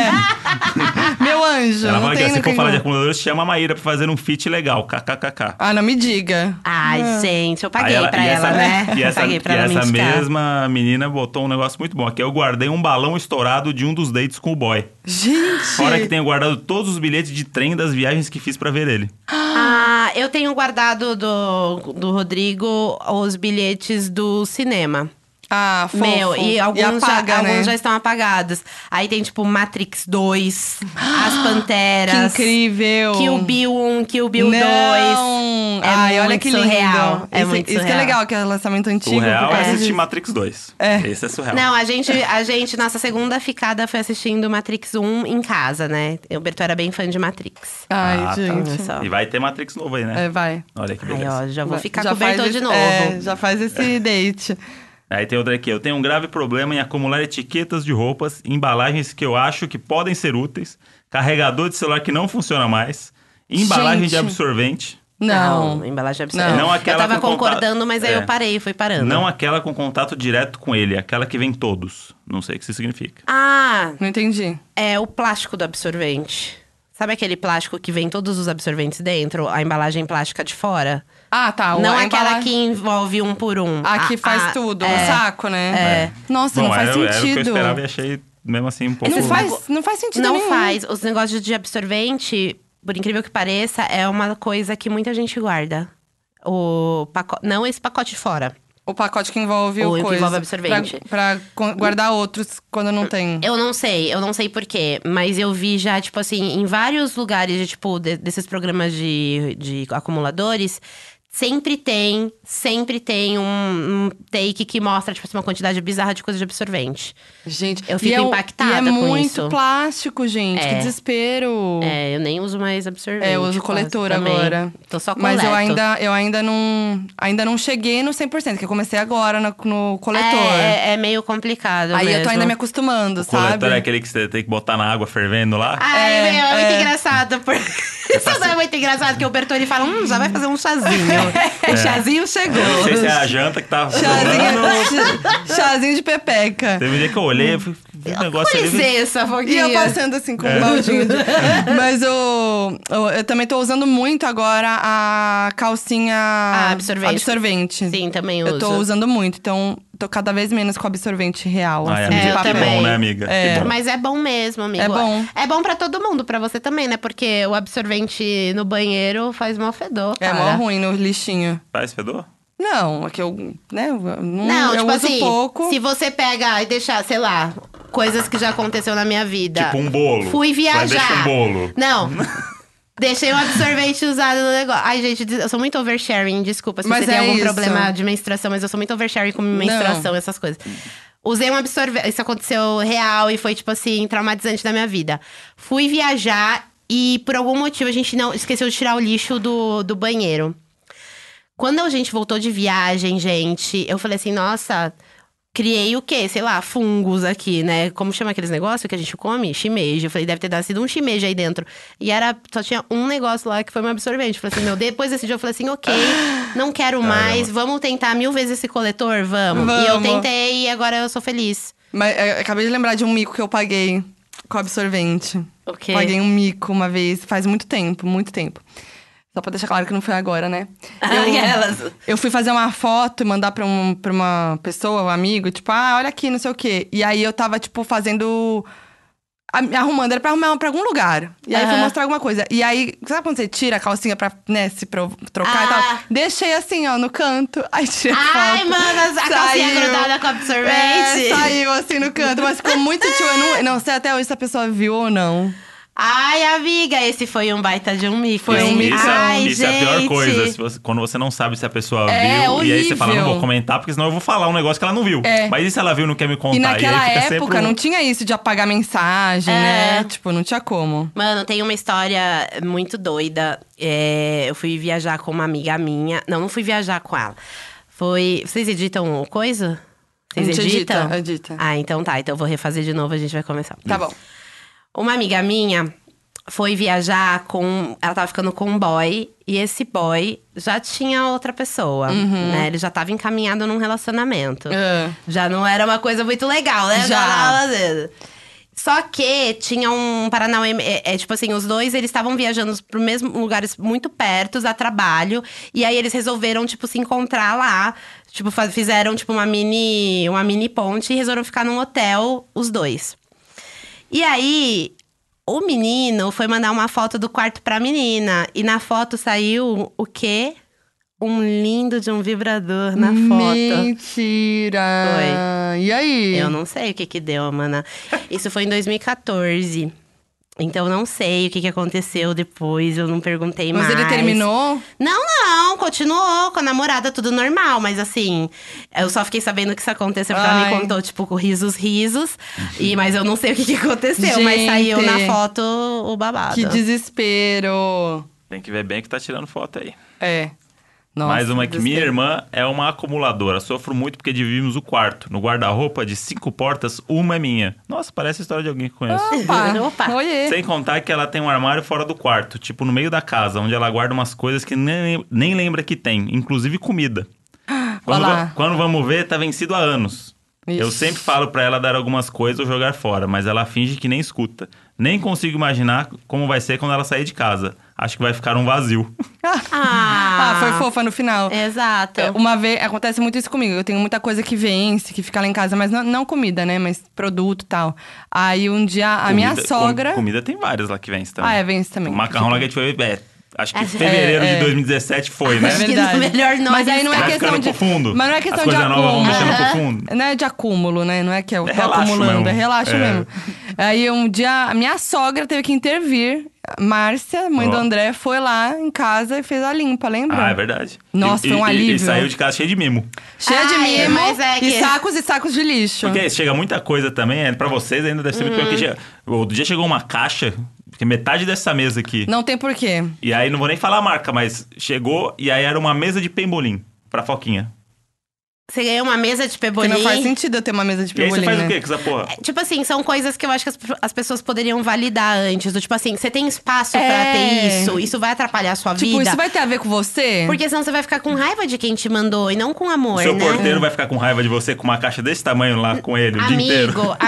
É, Meu anjo, Ela não falou tem que se não for tem falar de como. acumuladores, chama a Maíra pra fazer um feat legal, kkkk. Ah, não me diga. Ai, gente, eu Aí paguei pra e ela, essa- né? E essa, paguei pra e ela me essa indicar. mesma menina botou um negócio muito bom aqui. Eu guardei um balão estourado de um dos dates com o boy. Gente! Fora que tenho guardado todos os bilhetes de trem das viagens que fiz pra ver ele. Ah, eu tenho guardado do, do Rodrigo os bilhetes do cinema. Ah, fofo. Meu, e alguns, apaga, já, né? alguns já estão apagados. Aí tem, tipo, Matrix 2, As Panteras. Que incrível! Kill Bill 1, Kill Bill 2. Não! É Ai, muito olha que lindo. surreal. É isso, muito isso que é surreal. legal, que é lançamento antigo. O real porque- é assistir Matrix 2. É. Esse é surreal. Não, a gente, a gente, nossa segunda ficada foi assistindo Matrix 1 em casa, né? O Berto era bem fã de Matrix. Ai, Ah, tá. gente. Olha só. E vai ter Matrix novo aí, né? É, vai. Olha que Aí, beleza. ó, já vou Vai. ficar Já com o Bertô faz de esse- novo. é, já faz esse date. Aí tem outra aqui. Eu tenho um grave problema em acumular etiquetas de roupas, embalagens que eu acho que podem ser úteis, carregador de celular que não funciona mais, embalagem Gente. de absorvente, Não. embalagem absurda. Não aquela eu tava com contato- concordando, mas aí É. eu parei, fui né? parando. não aquela com contato direto com ele, aquela que vem todos. Não sei o que isso significa. Ah, Não entendi. é o plástico do absorvente. Sabe aquele plástico que vem todos os absorventes dentro, a embalagem plástica de fora? Ah, tá. o- não a aquela embala- que envolve um por um. A que Ah, faz ah, tudo, um é. saco, né? É. Nossa, Bom, não era, faz Era o que eu sentido. esperava e achei mesmo assim um pouco. não, faz, não faz sentido Não nenhum. faz. Os negócios de absorvente, por incrível que pareça, é uma coisa que muita gente guarda. O paco... Não esse pacote de fora. O pacote que envolve Ou o que coisa. envolve absorvente. Pra, pra co- guardar outros quando não tem. Eu não sei, eu não sei porquê, mas eu vi já, tipo assim, em vários lugares, de, tipo, de- desses programas de, de acumuladores, sempre tem, sempre tem um, um take que mostra, tipo assim, uma quantidade bizarra de coisa de absorvente. Gente, Eu e fico é o- impactada E é com muito isso. plástico, gente. Que É. desespero. É, eu nem uso mais absorvente. É, eu uso quase, coletor também. agora. Tô só coleto. Mas eu ainda, eu ainda não. Ainda não cheguei no 100%, que eu comecei agora no, no coletor. É, é, é meio complicado Aí eu mesmo. tô ainda me acostumando, O sabe? coletor é aquele que você tem que botar na água fervendo lá. Ai, É, meu, é, muito é. engraçado. Por... Isso não é muito engraçado, porque o Bertoni fala, hum, já vai fazer um chazinho. O chazinho chegou. Eu É. não sei se é a janta que tá rolando. Chazinho, ch- chazinho de pepeca. Teve um dia que eu olhei, fui- vi um negócio Com ali. vi- licença, E Foguinha. eu passando assim É. com um baldinho. De... Mas eu, eu, eu também tô usando muito agora a calcinha Ah, absorvente. absorvente. Sim, também uso. Eu tô usando muito, então tô cada vez menos com absorvente real. Ai, assim, é, de amiga, eu que papel. Ah, bom, né, amiga? É. Que bom. Mas é bom mesmo, amigo. É bom. É bom pra todo mundo, pra você também, né? Porque o absorvente no banheiro faz mó fedor, É cara. mó ruim no lixinho. Faz fedor? Não, é que eu. Né, eu não, Não, eu tipo uso assim, pouco. se você pega e deixar, sei lá, coisas que já aconteceu na minha vida. Tipo um bolo. Fui Vai, viajar. deixa um bolo. Não. Deixei um absorvente usado no negócio. Ai, gente, des- eu sou muito oversharing, desculpa se Mas você tem é algum isso. problema de menstruação, mas eu sou muito oversharing com menstruação, essas coisas. Usei um absorvente, isso aconteceu real e foi, tipo assim, traumatizante da minha vida. Fui viajar e, por algum motivo, a gente não esqueceu de tirar o lixo do, do banheiro. Quando a gente voltou de viagem, gente, eu falei assim, nossa, criei o quê? Sei lá, fungos aqui, né? Como chama aqueles negócios que a gente come? Shimeji. Eu falei, deve ter nascido um shimeji aí dentro. E era, só tinha um negócio lá que foi um absorvente. Eu falei assim, meu, depois desse dia eu falei assim, ok, não quero mais, vamos tentar mil vezes esse coletor, vamos. E eu Vamos. tentei e agora eu sou feliz. Mas é, acabei de lembrar de um mico que eu paguei com absorvente. O quê? Paguei um mico uma vez, faz muito tempo, muito tempo. Só pra deixar claro que não foi agora, né? Ai, elas. Eu fui fazer uma foto e mandar pra, um, pra uma pessoa, um amigo, tipo, ah, olha aqui, não sei o quê. E aí eu tava, tipo, fazendo. a- Arrumando, era pra arrumar pra algum lugar. E aí fui Aham. mostrar alguma coisa. E aí, sabe quando você tira a calcinha pra, né, se pro- trocar e Ah. tal? Deixei assim, ó, no canto. Aí tirei Ai, foto. mano, as- a calcinha Saiu. grudada com absorvente. É, saiu assim no canto, mas ficou muito tio. Eu não, não sei até hoje se a pessoa viu ou não. Ai, amiga, esse foi um baita de um mico. Foi um hein? micão. Ai, Ai, isso é a pior coisa, se você- quando você não sabe se a pessoa É, viu. E aí você fala, não horrível. vou comentar, porque senão eu vou falar um negócio que ela não viu. É. Mas e se ela viu e não quer me contar? e naquela aí fica época sempre... um- não tinha isso de apagar mensagem, É. né? Tipo, não tinha como. Mano, tem uma história muito doida. É, eu fui viajar com uma amiga minha. Não, não fui viajar com ela. Foi. Vocês editam o coisa? Vocês A gente edita, editam? edita. Ah, então tá. Então eu vou refazer de novo, a gente vai começar. Tá bom. Uma amiga minha foi viajar com. Ela tava ficando com um boy. E esse boy já tinha outra pessoa, Uhum. né? Ele já tava encaminhado num relacionamento. Ah. Já não era uma coisa muito legal, né? Já. tava fazendo. Só que tinha um Paranauê. É, é, tipo assim, os dois eles estavam viajando pro mesmo lugares muito perto, a trabalho. E aí eles resolveram, tipo, se encontrar lá. Tipo, fa- fizeram, tipo, uma mini, uma mini ponte e resolveram ficar num hotel, os dois. E aí, o menino foi mandar uma foto do quarto pra menina. E na foto saiu o quê? Um lindo de um vibrador na foto. Mentira! E aí? Eu não sei o que que deu, mana. Isso foi em 2014. Então não sei o que que aconteceu depois, eu não perguntei Mas mais. ele terminou? Não, não, continuou com a namorada, tudo normal, mas assim, eu só fiquei sabendo que isso aconteceu porque ela Ai. me contou, tipo, com risos, risos. E, mas eu não sei o que que aconteceu, mas saiu Gente. na foto o babado. Que desespero! Tem que ver bem que tá tirando foto aí. É. Nossa, Mais uma que minha desespero. irmã é uma acumuladora. Sofro muito porque dividimos o quarto. No guarda-roupa de cinco portas, uma é minha. Nossa, parece a história de alguém que conheço. Ah, Opa! Opa. Oiê! Sem contar que ela tem um armário fora do quarto, tipo no meio da casa, onde ela guarda umas coisas que nem, nem lembra que tem, inclusive comida. Quando, Olá. va- quando vamos ver, tá vencido há anos. Ixi. Eu sempre falo pra ela dar algumas coisas ou jogar fora, mas ela finge que nem escuta. Nem consigo imaginar como vai ser quando ela sair de casa. Acho que vai ficar um vazio. Ah, Ah, foi fofa no final. Exato. É, Uma vez, acontece muito isso comigo. Eu tenho muita coisa que vence, que fica lá em casa, mas não, não comida, né? Mas produto e tal. Aí um dia a minha Comida- sogra. com- comida tem várias lá que vence também. Ah, é, vence também. O macarrão lá que a gente foi. é, acho que É, fevereiro é. de 2017 foi, né? Acho que no melhor né? nome Mas aí não é Vai questão ficando de. pro fundo. Mas não é questão As de coisas novas acúmulo. vão mexendo pro Aham. fundo. Não é de acúmulo, né? Não é que eu É tô relaxo acumulando, mesmo. é relaxo É. mesmo. Aí um dia, a minha sogra teve que intervir. A Márcia, mãe Ó. do André, foi lá em casa e fez a limpa, lembra? Ah, é verdade. Nossa, E- foi um e- e- alívio. E saiu de casa cheio de mimo. Cheia de Ai, mimo mas é e que- sacos e sacos de lixo. Porque chega muita coisa também, é, pra vocês ainda deve ser muito pior Uhum. que chega. Outro dia chegou uma caixa, porque metade dessa mesa aqui. Não tem porquê. E aí, não vou nem falar a marca, mas chegou e aí era uma mesa de pembolim pra Foquinha. Você ganhou uma mesa de Porque pebolim. não faz sentido eu ter uma mesa de E aí você pebolim, faz o né? quê com essa porra? Tipo assim, são coisas que eu acho que as, as pessoas poderiam validar antes. Do tipo assim, você tem espaço pra É. ter isso, isso vai atrapalhar a sua Tipo, vida. isso vai ter a ver com você? Porque senão você vai ficar com raiva de quem te mandou e não com amor, o seu né? porteiro vai ficar com raiva de você com uma caixa desse tamanho lá com ele o dia inteiro. Amigo,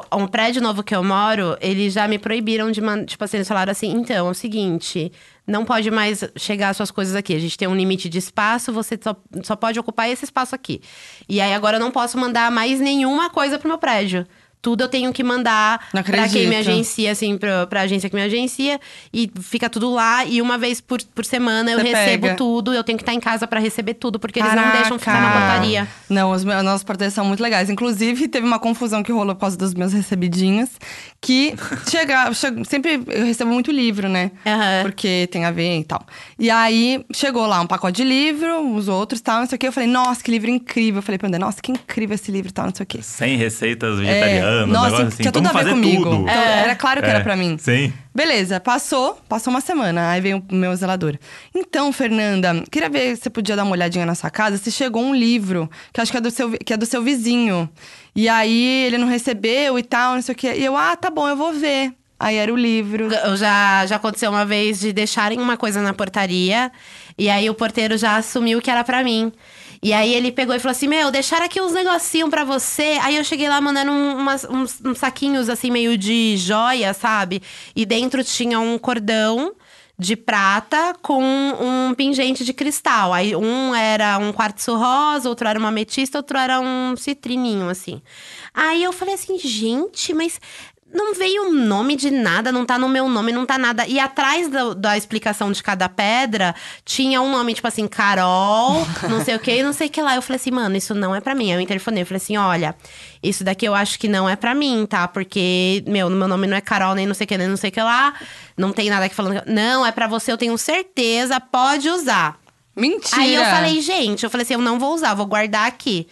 amigo, um prédio novo que eu moro, eles já me proibiram de mandar. Tipo assim, eles falaram assim: então, é o seguinte, não pode mais chegar as suas coisas aqui. A gente tem um limite de espaço, você só, só pode ocupar esse espaço aqui. E aí agora eu não posso mandar mais nenhuma coisa pro meu prédio. Tudo eu tenho que mandar Não pra quem me acredito. agencia, assim, pra, pra agência que me agencia. E fica tudo lá. E uma vez por, por semana eu Você recebo pega. tudo. Eu tenho que estar em casa pra receber tudo, porque eles não Caraca. deixam ficar na portaria. Não, os meus, nossos porteiros são muito legais. Inclusive, teve uma confusão que rolou por causa dos meus recebidinhos. Que chega, chega- sempre eu recebo muito livro, né? Aham. Porque tem a ver e tal. E aí, chegou lá um pacote de livro, os outros e tal, não sei o quê. Eu falei, nossa, que livro incrível. Eu falei pra André, nossa, que incrível esse livro e tal, não sei o quê. 100 receitas vegetarianas, um É. nossa, negócio assim. tinha tudo Vamos a ver fazer comigo. tudo. Então, era claro que É, era pra mim. Sim. Beleza, passou, passou uma semana, aí veio o meu zelador. Então, Fernanda, queria ver se você podia dar uma olhadinha na sua casa, se chegou um livro, que acho que é do seu, vi- que é do seu vizinho. E aí ele não recebeu e tal, não sei o quê. E eu, ah, tá bom, eu vou ver. Aí era o livro. Eu já, já aconteceu uma vez de deixarem uma coisa na portaria e aí o porteiro já assumiu que era pra mim. E aí ele pegou e falou assim: Meu, deixaram aqui uns negocinhos pra você. Aí eu cheguei lá mandando um- umas- uns, uns saquinhos assim, meio de joia, sabe? E dentro tinha um cordão de prata com um pingente de cristal. Aí um era um quartzo rosa, outro era uma ametista, outro era um citrininho, assim. Aí eu falei assim, gente, mas não veio o nome de nada, não tá no meu nome, não tá nada. E atrás do- da explicação de cada pedra tinha um nome, tipo assim, Carol, não sei o que, não sei o que lá. Eu falei assim, mano, isso não é pra mim. Aí eu interfonei, eu falei assim, olha, isso daqui eu acho que não é pra mim, tá? Porque, meu, meu nome não é Carol, nem não sei o que, nem não sei o que lá. Não tem nada aqui falando. que- Não, é pra você, eu tenho certeza, pode usar. Mentira! Aí eu falei, gente, eu falei assim, eu não vou usar, vou guardar aqui.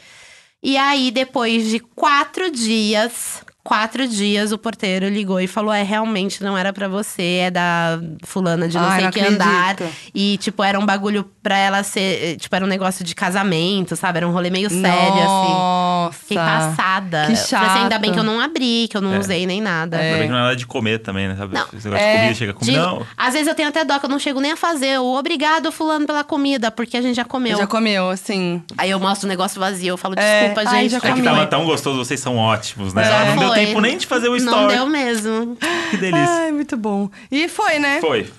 E aí, depois de quatro dias, quatro dias, o porteiro ligou e falou: é, realmente não era pra você, é da fulana de não Ai, sei não que andar. acredito. E, tipo, era um bagulho pra ela ser. eh, Tipo, era um negócio de casamento, sabe? Era um rolê meio sério, assim. Nossa. Fiquei passada. Que Eu falei assim, ainda chato. bem que eu não abri, que eu não É. usei nem nada. Ainda bem que não é nada de comer também, né? Sabe? Esse negócio é, de comida, chega a comer. Digo- Não. Às vezes eu tenho até dó que eu não chego nem a fazer. O obrigado, fulano, pela comida, porque a gente já comeu. Já comeu, assim. Aí eu mostro o negócio vazio, eu falo, É, desculpa, ai, gente. já É que comi. tava tão gostoso, vocês são ótimos, né? É. Ela Não deu Foi. tempo nem de fazer o Não story. deu mesmo. Que delícia. Ai, muito bom. E foi, né? Foi.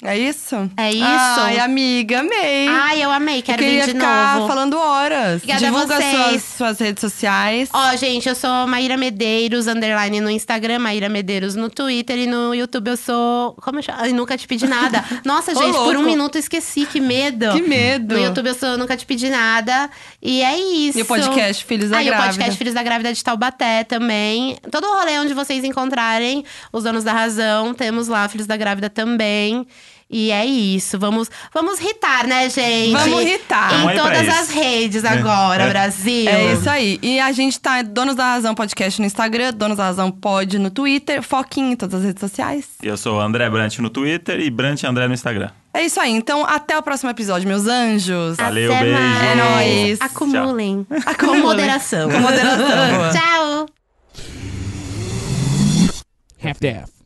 É isso? É isso. Ai, amiga, amei. Ai, eu amei, quero queria vir de ficar novo. falando horas. Obrigada a Divulga vocês. suas, suas redes sociais. Ó, gente, eu sou Maíra Medeiros, underline no Instagram, Maíra Medeiros no Twitter e no YouTube eu sou. Como eu chamo? Ai, nunca te pedi nada. Nossa, Ô, gente, por um louco. minuto esqueci, que medo. Que medo. No YouTube eu sou Nunca Te Pedi Nada. E é isso. Ah. E o podcast Filhos da Aí o Grávida. podcast Filhos da Grávida de Taubaté também. Todo o rolê onde vocês encontrarem os donos da razão, temos lá Filhos da Grávida também. E é isso. Vamos, vamos ritar, né, gente? Vamos ritar. Em Vamos aí pra todas isso. as redes agora, É. Brasil. É isso aí. E a gente tá Donos da Razão Podcast no Instagram, Donos da Razão Pod no Twitter, Foquinho em todas as redes sociais. Eu sou o André Brant no Twitter e Brant André no Instagram. É isso aí. Então, até o próximo episódio, meus anjos. Valeu, Até beijo. mais. É nóis. Acumulem. Com Acumulem. moderação. Com moderação. Tchau. half-daff.